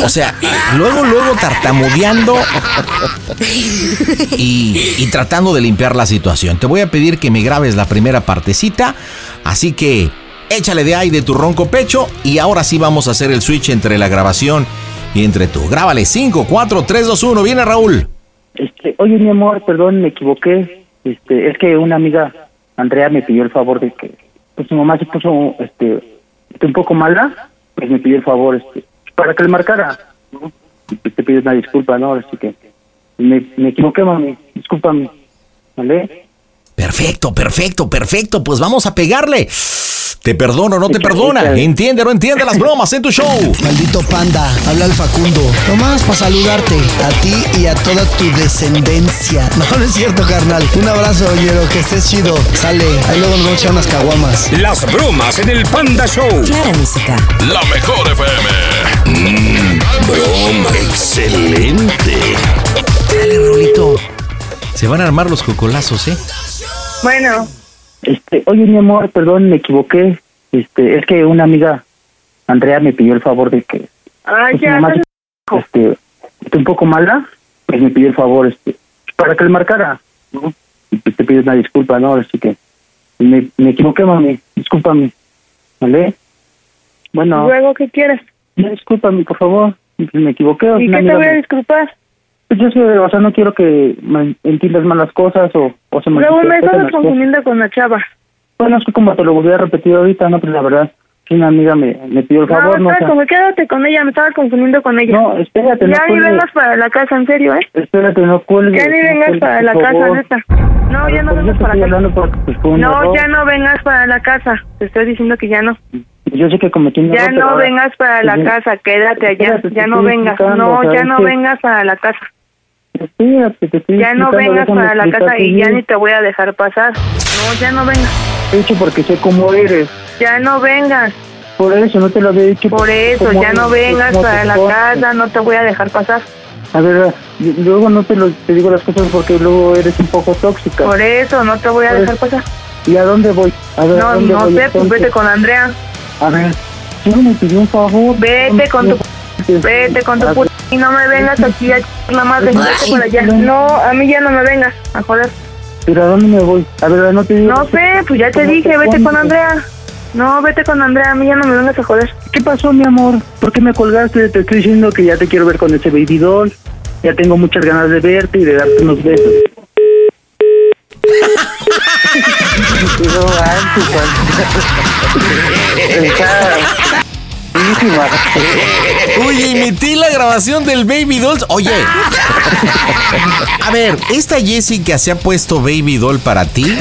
[SPEAKER 2] o sea, luego, luego tartamudeando y, y tratando de limpiar la situación. Te voy a pedir que me grabes la primera partecita, así que échale de ahí de tu ronco pecho y ahora sí vamos a hacer el switch entre la grabación y entre tú. Grábale 5, 4, 3, 2, 1, viene Raúl.
[SPEAKER 11] Este, oye, mi amor, perdón, me equivoqué. Este, es que una amiga, Andrea, me pidió el favor de que, pues su mamá se puso, este, este, un poco mala, pues me pidió el favor, este, para que le marcara. ¿no? Y pues te pido una disculpa, ¿no? Así que, me, me equivoqué, mami, discúlpame, ¿vale?
[SPEAKER 2] Perfecto, perfecto, perfecto. Pues vamos a pegarle. Te perdono, no te
[SPEAKER 3] Échale,
[SPEAKER 2] perdona.
[SPEAKER 3] échale.
[SPEAKER 2] Entiende, o no entiende las bromas en tu show.
[SPEAKER 3] Maldito panda, habla el Facundo. Nomás para saludarte a ti y a toda tu descendencia. [laughs] No, no es cierto, carnal. Un abrazo, oñero, que estés chido. Sale, ahí luego nos vamos a echar unas caguamas.
[SPEAKER 5] Las bromas en el Panda Show.
[SPEAKER 16] Clara música.
[SPEAKER 5] La mejor FM. broma. Excelente.
[SPEAKER 2] Dale, Raulito. Se van a armar los cocolazos, ¿eh?
[SPEAKER 14] Bueno,
[SPEAKER 11] Este, oye, mi amor, perdón, me equivoqué. Este, es que una amiga, Andrea, me pidió el favor de que,
[SPEAKER 14] ay,
[SPEAKER 11] pues, su
[SPEAKER 14] ya.
[SPEAKER 11] mamá
[SPEAKER 14] no-
[SPEAKER 11] se- este, este, un poco mala, pues me pidió el favor, este, para que le marcara, ¿no? Y pues te pido una disculpa, ¿no? Así que, me, me equivoqué, mami, discúlpame, ¿vale? Bueno,
[SPEAKER 14] Luego, ¿qué quieres?
[SPEAKER 11] ya discúlpame, por favor, pues, me equivoqué. o
[SPEAKER 14] ¿Y
[SPEAKER 11] una
[SPEAKER 14] qué te
[SPEAKER 11] amiga
[SPEAKER 14] voy a
[SPEAKER 11] me-
[SPEAKER 14] disculpar?
[SPEAKER 11] Pues yo sé, o sea, no quiero que me entiendas malas cosas o, o se
[SPEAKER 14] Raúl, me
[SPEAKER 11] malinterpreten
[SPEAKER 14] estás
[SPEAKER 11] las cosas.
[SPEAKER 14] confundiendo con la chava.
[SPEAKER 11] Bueno, es que como te lo volví a repetir ahorita, no, pero la verdad, que una amiga me, me pidió el favor, no,
[SPEAKER 14] no,
[SPEAKER 11] o
[SPEAKER 14] estaba
[SPEAKER 11] sea,
[SPEAKER 14] como- quédate con ella, me estaba confundiendo con ella.
[SPEAKER 11] No, espérate,
[SPEAKER 14] Ya
[SPEAKER 11] no
[SPEAKER 14] ni
[SPEAKER 11] cuelgues.
[SPEAKER 14] vengas para la casa, en serio, ¿eh?
[SPEAKER 11] espérate, no cuelgues.
[SPEAKER 14] Ya ni
[SPEAKER 11] no
[SPEAKER 14] vengas
[SPEAKER 11] cuelgues,
[SPEAKER 14] para
[SPEAKER 11] por
[SPEAKER 14] la casa,
[SPEAKER 11] favor.
[SPEAKER 14] neta. No, ya no
[SPEAKER 11] Pues yo te
[SPEAKER 14] vengas
[SPEAKER 11] estoy
[SPEAKER 14] para la casa.
[SPEAKER 11] hablando porque pues, fue un
[SPEAKER 14] No,
[SPEAKER 11] error.
[SPEAKER 14] ya no vengas para la casa. Te estoy diciendo que ya no.
[SPEAKER 11] Yo sé que cometí un
[SPEAKER 14] Ya
[SPEAKER 11] error, pero
[SPEAKER 14] no
[SPEAKER 11] ahora-
[SPEAKER 14] vengas para la
[SPEAKER 11] Pues,
[SPEAKER 14] casa, quédate allá.
[SPEAKER 11] espérate, te
[SPEAKER 14] Ya no
[SPEAKER 11] estoy
[SPEAKER 14] vengas.
[SPEAKER 11] explicando,
[SPEAKER 14] No,
[SPEAKER 11] ¿sabes
[SPEAKER 14] ya no
[SPEAKER 11] qué?
[SPEAKER 14] vengas para la casa.
[SPEAKER 11] Espérate, te estoy
[SPEAKER 14] Ya no
[SPEAKER 11] explicando,
[SPEAKER 14] vengas
[SPEAKER 11] déjame
[SPEAKER 14] para la casa
[SPEAKER 11] explicarte
[SPEAKER 14] y ya
[SPEAKER 11] bien.
[SPEAKER 14] ni te voy a dejar pasar. No, ya no vengas.
[SPEAKER 11] Te he dicho porque sé cómo eres.
[SPEAKER 14] Ya no vengas.
[SPEAKER 11] Por eso, no te lo había dicho.
[SPEAKER 14] Por
[SPEAKER 11] porque sé
[SPEAKER 14] eso,
[SPEAKER 11] cómo
[SPEAKER 14] ya no
[SPEAKER 11] eres,
[SPEAKER 14] vengas
[SPEAKER 11] cómo te
[SPEAKER 14] para la
[SPEAKER 11] portas.
[SPEAKER 14] casa, no te voy a dejar pasar.
[SPEAKER 11] A ver, y- luego no te, lo, te digo las cosas porque luego eres un poco tóxica.
[SPEAKER 14] Por eso, no te voy a
[SPEAKER 11] Por
[SPEAKER 14] dejar
[SPEAKER 11] eso.
[SPEAKER 14] pasar.
[SPEAKER 11] ¿Y a dónde voy? A ver, ¿a
[SPEAKER 14] No,
[SPEAKER 11] dónde
[SPEAKER 14] no
[SPEAKER 11] voy
[SPEAKER 14] sé, pues
[SPEAKER 11] entonces?
[SPEAKER 14] vete con Andrea.
[SPEAKER 11] A ver, solo me pidió un favor.
[SPEAKER 14] Vete con tu Vete con tu puta y no me vengas aquí a ch- la madre, vete por allá. No, a mí ya no me vengas, a joder.
[SPEAKER 11] Pero ¿a dónde me voy? A ver, no te digo.
[SPEAKER 14] No sé, pues ya te
[SPEAKER 11] ¿Cómo
[SPEAKER 14] dije,
[SPEAKER 11] te
[SPEAKER 14] vete con
[SPEAKER 11] pones?
[SPEAKER 14] Andrea. No, vete con Andrea, a mí ya no me vengas a joder.
[SPEAKER 11] ¿Qué pasó, mi amor? ¿Por qué me colgaste? Te estoy diciendo que ya te quiero ver con ese baby doll. Ya tengo muchas ganas de verte y de darte unos besos. No manches, Juan. Está buenísima.
[SPEAKER 2] Oye, metí la grabación del Baby Doll. Oye. A ver, ¿esta Jessica se ha puesto Baby Doll para ti?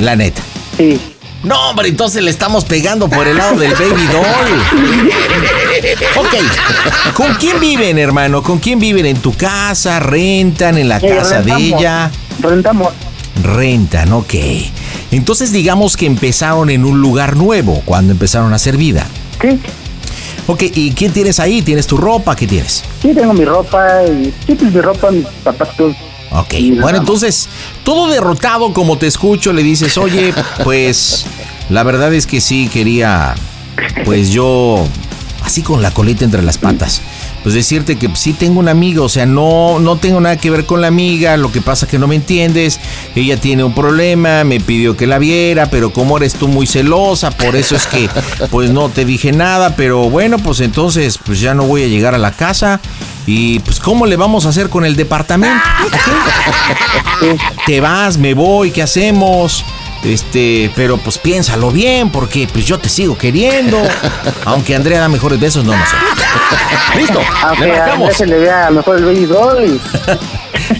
[SPEAKER 2] La neta.
[SPEAKER 11] Sí.
[SPEAKER 2] No, hombre, entonces le estamos pegando por el lado del Baby Doll. Ok. ¿Con quién viven, hermano? ¿Con quién viven? ¿En tu casa? ¿Rentan en la
[SPEAKER 11] Sí,
[SPEAKER 2] casa de
[SPEAKER 11] rentamos.
[SPEAKER 2] ella?
[SPEAKER 11] Rentamos.
[SPEAKER 2] Rentan, ok. Entonces digamos que empezaron en un lugar nuevo cuando empezaron a hacer vida.
[SPEAKER 11] Sí.
[SPEAKER 2] Ok, ¿y quién tienes ahí? ¿Tienes tu ropa? ¿Qué tienes?
[SPEAKER 11] Sí, tengo mi ropa, y, sí, pues mi ropa, mis zapatos,
[SPEAKER 2] Ok, bueno, entonces, todo derrotado como te escucho, le dices, oye, pues la verdad es que sí quería, pues yo, así con la coleta entre las patas, pues decirte que sí tengo una amiga, o sea, no, no tengo nada que ver con la amiga, lo que pasa es que no me entiendes, ella tiene un problema, me pidió que la viera, pero como eres tú muy celosa, por eso es que, pues no te dije nada, pero bueno, pues entonces, pues ya no voy a llegar a la casa. Y pues, ¿cómo le vamos a hacer con el departamento? Te vas, me voy, ¿qué hacemos? Este, pero pues piénsalo bien, porque pues yo te sigo [laughs] queriendo. Aunque Andrea da mejores besos, no, no sé. [laughs] Listo, le
[SPEAKER 11] Aunque a Andrés
[SPEAKER 2] marcamos.
[SPEAKER 11] se le vea mejor el béisbol.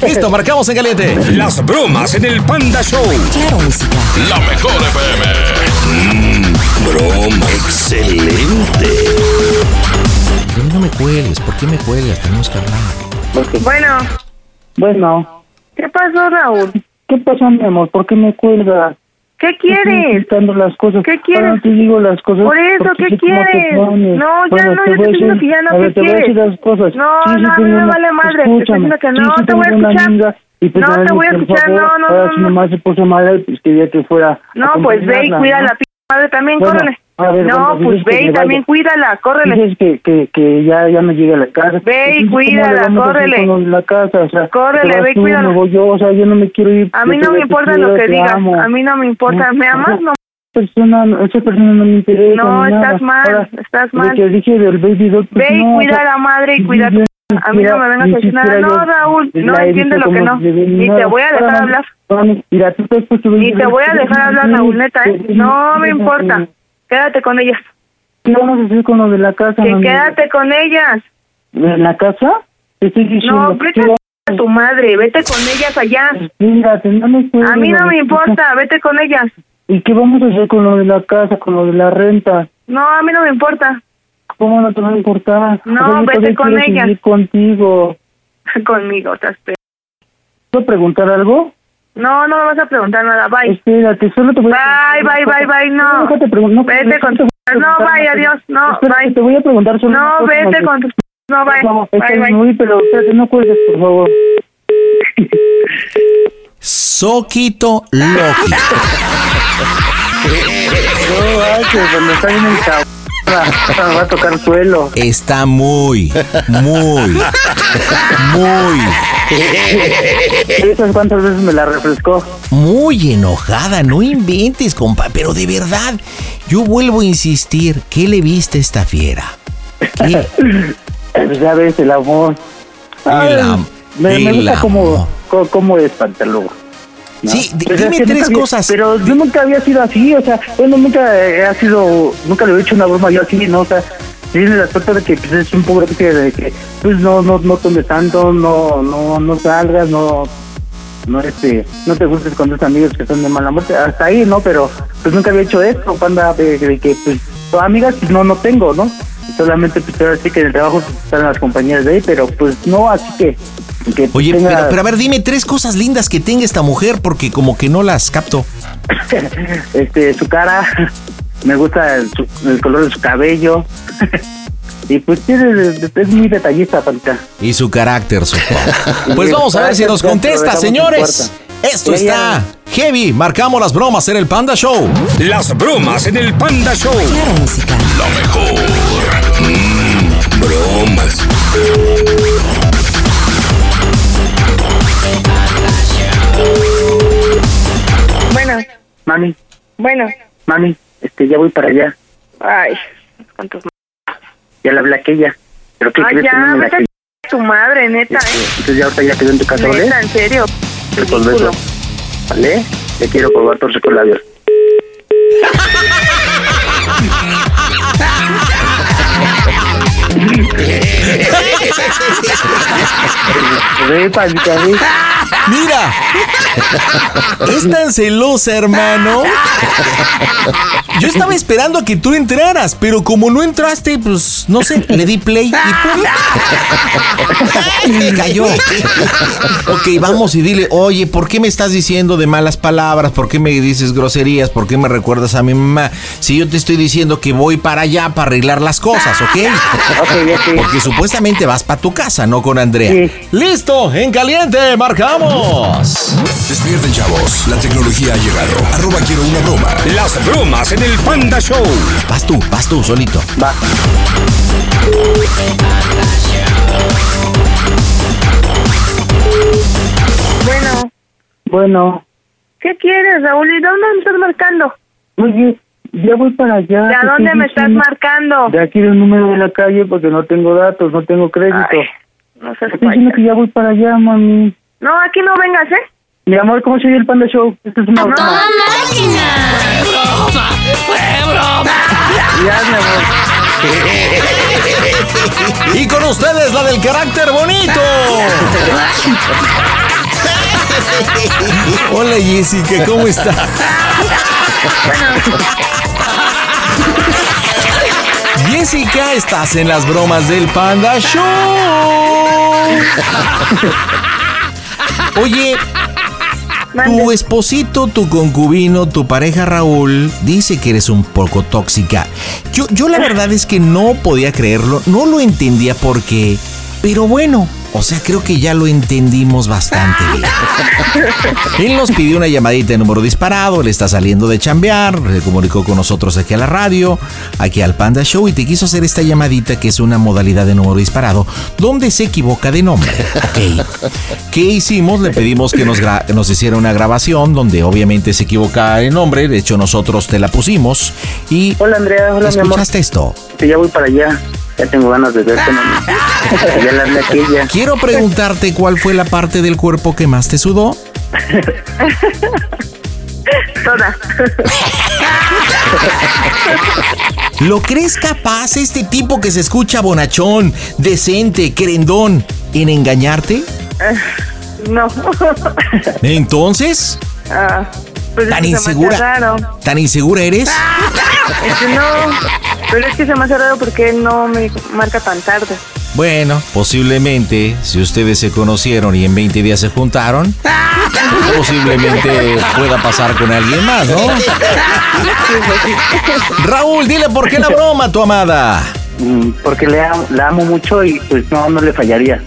[SPEAKER 2] Listo, marcamos en caliente.
[SPEAKER 5] Las bromas en el Panda Show.
[SPEAKER 12] Claro, música.
[SPEAKER 5] La mejor
[SPEAKER 2] Mm,
[SPEAKER 5] FM. broma excelente.
[SPEAKER 2] ¿Por qué no me cuelgues? ¿Por qué me cuelgas? Tenemos que hablar.
[SPEAKER 7] Bueno,
[SPEAKER 11] Bueno,
[SPEAKER 7] ¿qué pasó, Raúl?
[SPEAKER 11] ¿qué pasa, mi amor? ¿Por qué me cuelgas?
[SPEAKER 7] ¿Qué
[SPEAKER 11] Estoy
[SPEAKER 7] quieres?
[SPEAKER 11] quitando las cosas.
[SPEAKER 7] ¿Qué quieres?
[SPEAKER 11] Ahora te digo las cosas.
[SPEAKER 7] Por eso,
[SPEAKER 11] porque
[SPEAKER 7] ¿qué
[SPEAKER 11] sé cómo te
[SPEAKER 7] quieres?
[SPEAKER 11] pones.
[SPEAKER 7] No, ya
[SPEAKER 11] Bueno,
[SPEAKER 7] no,
[SPEAKER 11] te
[SPEAKER 7] yo
[SPEAKER 11] voy
[SPEAKER 7] te
[SPEAKER 11] a
[SPEAKER 7] estoy diciendo
[SPEAKER 11] decir-
[SPEAKER 7] que ya no,
[SPEAKER 11] a ver,
[SPEAKER 7] ¿qué
[SPEAKER 11] te voy a decir
[SPEAKER 7] quieres?
[SPEAKER 11] las cosas.
[SPEAKER 7] No,
[SPEAKER 11] Sí, sí
[SPEAKER 7] no, a mí
[SPEAKER 11] tengo
[SPEAKER 7] me
[SPEAKER 11] una-
[SPEAKER 7] vale madre, te estoy
[SPEAKER 11] Escúchame.
[SPEAKER 7] diciendo que
[SPEAKER 11] sí, sí
[SPEAKER 7] no, te voy a
[SPEAKER 11] tengo una
[SPEAKER 7] escuchar.
[SPEAKER 11] amiga y pues,
[SPEAKER 7] No,
[SPEAKER 11] a ver,
[SPEAKER 7] te voy a
[SPEAKER 11] por
[SPEAKER 7] escuchar,
[SPEAKER 11] favor,
[SPEAKER 7] no, no,
[SPEAKER 11] ahora
[SPEAKER 7] no,
[SPEAKER 11] sí
[SPEAKER 7] no.
[SPEAKER 11] nomás se puso mala y pues quería que fuera. a
[SPEAKER 7] No, pues ve y
[SPEAKER 11] acompañarla,
[SPEAKER 7] cuida
[SPEAKER 11] ¿no?
[SPEAKER 7] la p madre también,
[SPEAKER 11] Bueno,
[SPEAKER 7] córrele.
[SPEAKER 11] a ver,
[SPEAKER 7] no,
[SPEAKER 11] bueno,
[SPEAKER 7] pues
[SPEAKER 11] dices que
[SPEAKER 7] ve
[SPEAKER 11] me
[SPEAKER 7] y
[SPEAKER 11] vaya.
[SPEAKER 7] también cuídala, córrele.
[SPEAKER 11] Dices que, que, que ya, ya me llegué a la casa.
[SPEAKER 7] Ve y
[SPEAKER 11] Entonces, ¿cómo le vamos
[SPEAKER 7] cuídala,
[SPEAKER 11] a hacer
[SPEAKER 7] córrele.
[SPEAKER 11] con lo de la casa, o sea,
[SPEAKER 7] Córrele,
[SPEAKER 11] te vas
[SPEAKER 7] ve y
[SPEAKER 11] tú,
[SPEAKER 7] cuídala.
[SPEAKER 11] me voy yo, o sea, yo no me quiero ir.
[SPEAKER 7] A mí
[SPEAKER 11] yo te
[SPEAKER 7] no me
[SPEAKER 11] veo, te
[SPEAKER 7] importa lo
[SPEAKER 11] quiero,
[SPEAKER 7] que
[SPEAKER 11] te
[SPEAKER 7] digas,
[SPEAKER 11] amo. pues
[SPEAKER 7] a mí no me importa. ¿Me amas? No,
[SPEAKER 11] persona, no- esa persona no me interesa.
[SPEAKER 7] No,
[SPEAKER 11] ni nada.
[SPEAKER 7] estás mal,
[SPEAKER 11] Ahora,
[SPEAKER 7] estás
[SPEAKER 11] Lo
[SPEAKER 7] mal.
[SPEAKER 11] que dije del baby doll, pues
[SPEAKER 7] Ve y
[SPEAKER 11] no, o
[SPEAKER 7] cuida
[SPEAKER 11] sea,
[SPEAKER 7] a la madre y
[SPEAKER 11] ni-
[SPEAKER 7] cuida a tu-
[SPEAKER 11] ni
[SPEAKER 7] A mí no me vengas a decir
[SPEAKER 11] siquiera
[SPEAKER 7] nada. No,
[SPEAKER 11] yo
[SPEAKER 7] Raúl, no
[SPEAKER 11] la he
[SPEAKER 7] entiende
[SPEAKER 11] visto
[SPEAKER 7] lo que
[SPEAKER 11] como
[SPEAKER 7] no.
[SPEAKER 11] se ve,
[SPEAKER 7] Ni te voy a dejar
[SPEAKER 11] Ahora,
[SPEAKER 7] hablar.
[SPEAKER 11] ahora, Mira, tú te has puesto este
[SPEAKER 7] Ni
[SPEAKER 11] baby
[SPEAKER 7] te
[SPEAKER 11] doll,
[SPEAKER 7] voy a
[SPEAKER 11] pero
[SPEAKER 7] dejar
[SPEAKER 11] no
[SPEAKER 7] hablar,
[SPEAKER 11] sé,
[SPEAKER 7] Raúl, neta, ¿eh?
[SPEAKER 11] pues,
[SPEAKER 7] No me
[SPEAKER 11] sé,
[SPEAKER 7] importa. Quédate con ellas.
[SPEAKER 11] ¿Qué vamos a hacer con lo de la casa?
[SPEAKER 7] Que
[SPEAKER 11] mami?
[SPEAKER 7] quédate con ellas.
[SPEAKER 11] ¿En la casa? Te estoy diciendo.
[SPEAKER 7] No, vete a tu madre, vete con ellas allá.
[SPEAKER 11] Mira, no me
[SPEAKER 7] A mí no
[SPEAKER 11] cuelgues.
[SPEAKER 7] me importa, vete con ellas.
[SPEAKER 11] ¿Y qué vamos a hacer con lo de la casa, con lo de la renta?
[SPEAKER 7] No, a mí no me importa. [laughs]
[SPEAKER 11] ¿Cómo no te va a importar?
[SPEAKER 7] No,
[SPEAKER 11] yo
[SPEAKER 7] vete
[SPEAKER 11] todavía
[SPEAKER 7] con
[SPEAKER 11] quiero
[SPEAKER 7] ella.
[SPEAKER 11] seguir contigo.
[SPEAKER 7] Conmigo, te espero.
[SPEAKER 11] ¿Puedo preguntar algo?
[SPEAKER 7] No, no me vas a preguntar nada, bye.
[SPEAKER 11] Espérate, solo te voy a
[SPEAKER 7] Bye, bye, bye, bye, no.
[SPEAKER 11] Déjate pregun- no,
[SPEAKER 7] Vete
[SPEAKER 11] no
[SPEAKER 7] con
[SPEAKER 11] te voy a
[SPEAKER 7] No,
[SPEAKER 11] preguntar
[SPEAKER 7] bye,
[SPEAKER 11] nada.
[SPEAKER 7] adiós, no,
[SPEAKER 11] Espérate,
[SPEAKER 7] bye.
[SPEAKER 11] Te voy a preguntar solo una
[SPEAKER 7] No,
[SPEAKER 11] cosa,
[SPEAKER 7] vete
[SPEAKER 11] Mayra.
[SPEAKER 7] con tus... No, bye,
[SPEAKER 11] Vamos,
[SPEAKER 7] bye,
[SPEAKER 11] estás
[SPEAKER 7] bye.
[SPEAKER 11] muy, pero espérate, no cuelgues, por favor.
[SPEAKER 2] Soquito Loki.
[SPEAKER 11] No, ay, que cuando está bien encabronada, me [laughs] va a tocar suelo.
[SPEAKER 2] Está muy, muy, muy,
[SPEAKER 11] ¿Sabes cuántas veces me la refrescó?
[SPEAKER 2] muy enojada. No inventes, compa. Pero de verdad, yo vuelvo a insistir. ¿Qué le viste a esta fiera? ¿Qué?
[SPEAKER 11] Pues ya ves, el amor. Ay,
[SPEAKER 2] El am-
[SPEAKER 11] me, me
[SPEAKER 2] el
[SPEAKER 11] gusta
[SPEAKER 2] amor.
[SPEAKER 11] cómo, cómo, cómo es Pantaluga. ¿no?
[SPEAKER 2] Sí, di-
[SPEAKER 11] Pero es
[SPEAKER 2] dime
[SPEAKER 11] que
[SPEAKER 2] tres
[SPEAKER 11] nunca había-
[SPEAKER 2] cosas.
[SPEAKER 11] pero yo nunca había sido así, o sea, bueno, nunca eh, ha sido, nunca le he hecho una broma yo así, ¿no? O sea, tiene el aspecto de que pues, es un pobre que, de que pues no, no, no tomes tanto, no, no, no salgas, no, no este, no te gustes con tus amigos que son de mala muerte, hasta ahí, ¿no? Pero pues nunca había hecho esto, panda, de, de que pues amigas pues, no, no tengo, ¿no? Solamente pues ahora sí que en el trabajo pues, están las compañeras de ahí, pero pues no, así que... que pues,
[SPEAKER 2] Oye,
[SPEAKER 11] tenga-
[SPEAKER 2] pero, pero a ver, dime tres cosas lindas que tenga esta mujer porque como que no las capto.
[SPEAKER 11] [laughs] este su cara me gusta el, su- el color de su cabello [laughs] y pues tiene- es muy detallista Fanta.
[SPEAKER 2] Y su carácter, supongo. [laughs] Pues
[SPEAKER 11] Y
[SPEAKER 2] vamos a ver si
[SPEAKER 11] gracias,
[SPEAKER 2] nos
[SPEAKER 11] ya,
[SPEAKER 2] contesta,
[SPEAKER 11] dejamos en
[SPEAKER 2] señores.
[SPEAKER 11] puerta.
[SPEAKER 2] Esto
[SPEAKER 11] Ya,
[SPEAKER 2] está heavy. Marcamos las bromas en el Panda Show.
[SPEAKER 5] Las bromas en el Panda Show.
[SPEAKER 12] Claro, música.
[SPEAKER 5] La mejor. Mm, bromas.
[SPEAKER 7] Bueno,
[SPEAKER 11] mami
[SPEAKER 7] bueno.
[SPEAKER 11] mami este ya voy para allá
[SPEAKER 7] Ay, con tus...
[SPEAKER 11] ya la hablé a aquella pero qué
[SPEAKER 7] Ay,
[SPEAKER 11] crees que
[SPEAKER 7] Ah, ya,
[SPEAKER 11] no me la
[SPEAKER 7] vete
[SPEAKER 11] creyó?
[SPEAKER 7] a tu madre, neta, ¿eh?
[SPEAKER 11] entonces ya ahorita ya quedó en tu casa ¿vale?
[SPEAKER 7] Neta, en serio.
[SPEAKER 11] Pues besos vale te quiero probar por con labios Ve, pandita, ve.
[SPEAKER 2] Mira, es tan celosa, hermano. Yo estaba esperando a que tú entraras, pero como no entraste, pues no sé, le di play y ¡pum! ¡Ay, me cayó. Ok, vamos y dile, oye, ¿por qué me estás diciendo de malas palabras? ¿Por qué me dices groserías? ¿Por qué me recuerdas a mi mamá? Si yo te estoy diciendo que voy para allá para arreglar las cosas, ¿ok?
[SPEAKER 11] Ok, ok.
[SPEAKER 2] Porque supuestamente vas para tu casa, ¿no? Con Andrea.
[SPEAKER 11] Sí.
[SPEAKER 2] ¡Listo! Claro, en caliente, marcamos.
[SPEAKER 1] Despierten, chavos. La tecnología ha llegado. Arroba quiero una broma.
[SPEAKER 5] Las bromas en el Panda Show.
[SPEAKER 2] Vas tú, vas tú, solito.
[SPEAKER 5] Va.
[SPEAKER 7] Bueno,
[SPEAKER 11] Bueno,
[SPEAKER 7] ¿qué quieres, Raúl? ¿Y dónde me estás marcando?
[SPEAKER 11] oye, ya voy para allá.
[SPEAKER 7] ¿De a
[SPEAKER 11] te
[SPEAKER 7] dónde
[SPEAKER 11] estoy
[SPEAKER 7] me estás
[SPEAKER 11] diciendo.
[SPEAKER 7] marcando?
[SPEAKER 11] De aquí del número de la calle porque no tengo datos, no tengo crédito.
[SPEAKER 7] Ay, no seas
[SPEAKER 11] Te estoy diciendo que ya voy para allá, mami.
[SPEAKER 7] No, aquí no vengas, ¿eh?
[SPEAKER 11] Mi amor, ¿cómo soy el Panda Show? Esto es una broma.
[SPEAKER 7] Ya, mi amor.
[SPEAKER 2] Y con ustedes la del carácter bonito. Hola Jessica, ¿cómo está? Jessica, estás en las bromas del Panda Show. Oye, tu esposito, tu concubino, tu pareja Raúl dice que eres un poco tóxica. Yo, yo la verdad es que no podía creerlo, no lo entendía por qué, pero bueno, o sea, creo que ya lo entendimos bastante bien. Él nos pidió una llamadita de número disparado, él está saliendo de chambear, se comunicó con nosotros aquí a la radio, aquí al Panda Show y te quiso hacer esta llamadita que es una modalidad de número disparado, donde se equivoca de nombre. Ok. ¿Qué hicimos? Le pedimos que nos, gra- nos hiciera una grabación donde obviamente se equivoca el nombre, de hecho nosotros te la pusimos y...
[SPEAKER 11] Hola, Andrea. Hola, mi amor.
[SPEAKER 2] ¿Escuchaste esto?
[SPEAKER 11] Que ya voy para allá. Ya tengo ganas de verte, mami. ya la armé aquí, ya.
[SPEAKER 2] Quiero preguntarte cuál fue la parte del cuerpo que más te sudó.
[SPEAKER 7] Todas.
[SPEAKER 2] ¿Lo crees capaz este tipo que se escucha bonachón, decente, querendón, en engañarte?
[SPEAKER 7] No. [laughs]
[SPEAKER 2] Entonces,
[SPEAKER 7] Ah, pues es
[SPEAKER 2] ¿Tan
[SPEAKER 7] que se me hace
[SPEAKER 2] insegura?
[SPEAKER 7] raro.
[SPEAKER 2] ¿tan insegura eres?
[SPEAKER 7] Este, no, pero es que se me hace raro porque no me marca tan tarde.
[SPEAKER 2] Bueno, posiblemente, si ustedes se conocieron y en 20 días se
[SPEAKER 7] [laughs]
[SPEAKER 2] juntaron, posiblemente pueda pasar con alguien más,
[SPEAKER 7] [laughs]
[SPEAKER 2] ¿no? Raúl, dile por qué la broma, tu amada.
[SPEAKER 11] Mm, Porque le am- la amo mucho y pues no, no le fallaría.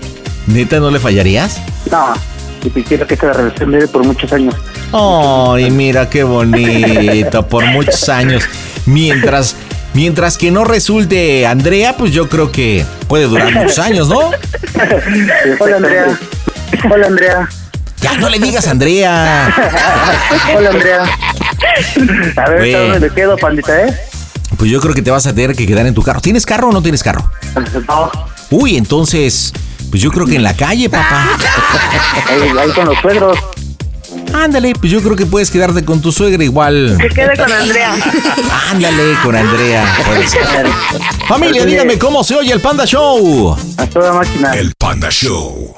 [SPEAKER 2] ¿Neta no le fallarías?
[SPEAKER 11] No, y quisiera que esta relación dure por muchos años.
[SPEAKER 2] Ay, mira qué bonito, por muchos años. Mientras, mientras que no resulte Andrea, pues yo creo que puede durar muchos años, ¿no?
[SPEAKER 11] Hola, Andrea. Hola, Andrea.
[SPEAKER 2] Ya no le digas Andrea.
[SPEAKER 11] Hola, Andrea. A ver,
[SPEAKER 2] Güey.
[SPEAKER 11] ¿hasta dónde me quedo, pandita, eh?
[SPEAKER 2] Pues yo creo que te vas a tener que quedar en tu carro. ¿Tienes carro o no tienes carro?
[SPEAKER 11] Pues, No,
[SPEAKER 2] Uy, entonces, pues yo creo que en la calle, papá.
[SPEAKER 11] ahí, ahí con los suegros.
[SPEAKER 2] Ándale, pues yo creo que puedes quedarte con tu suegra igual.
[SPEAKER 7] Que quede con Andrea.
[SPEAKER 2] Ándale con Andrea. puede ser. Familia, dígame cómo se oye el Panda Show.
[SPEAKER 11] A toda máquina.
[SPEAKER 1] El Panda Show.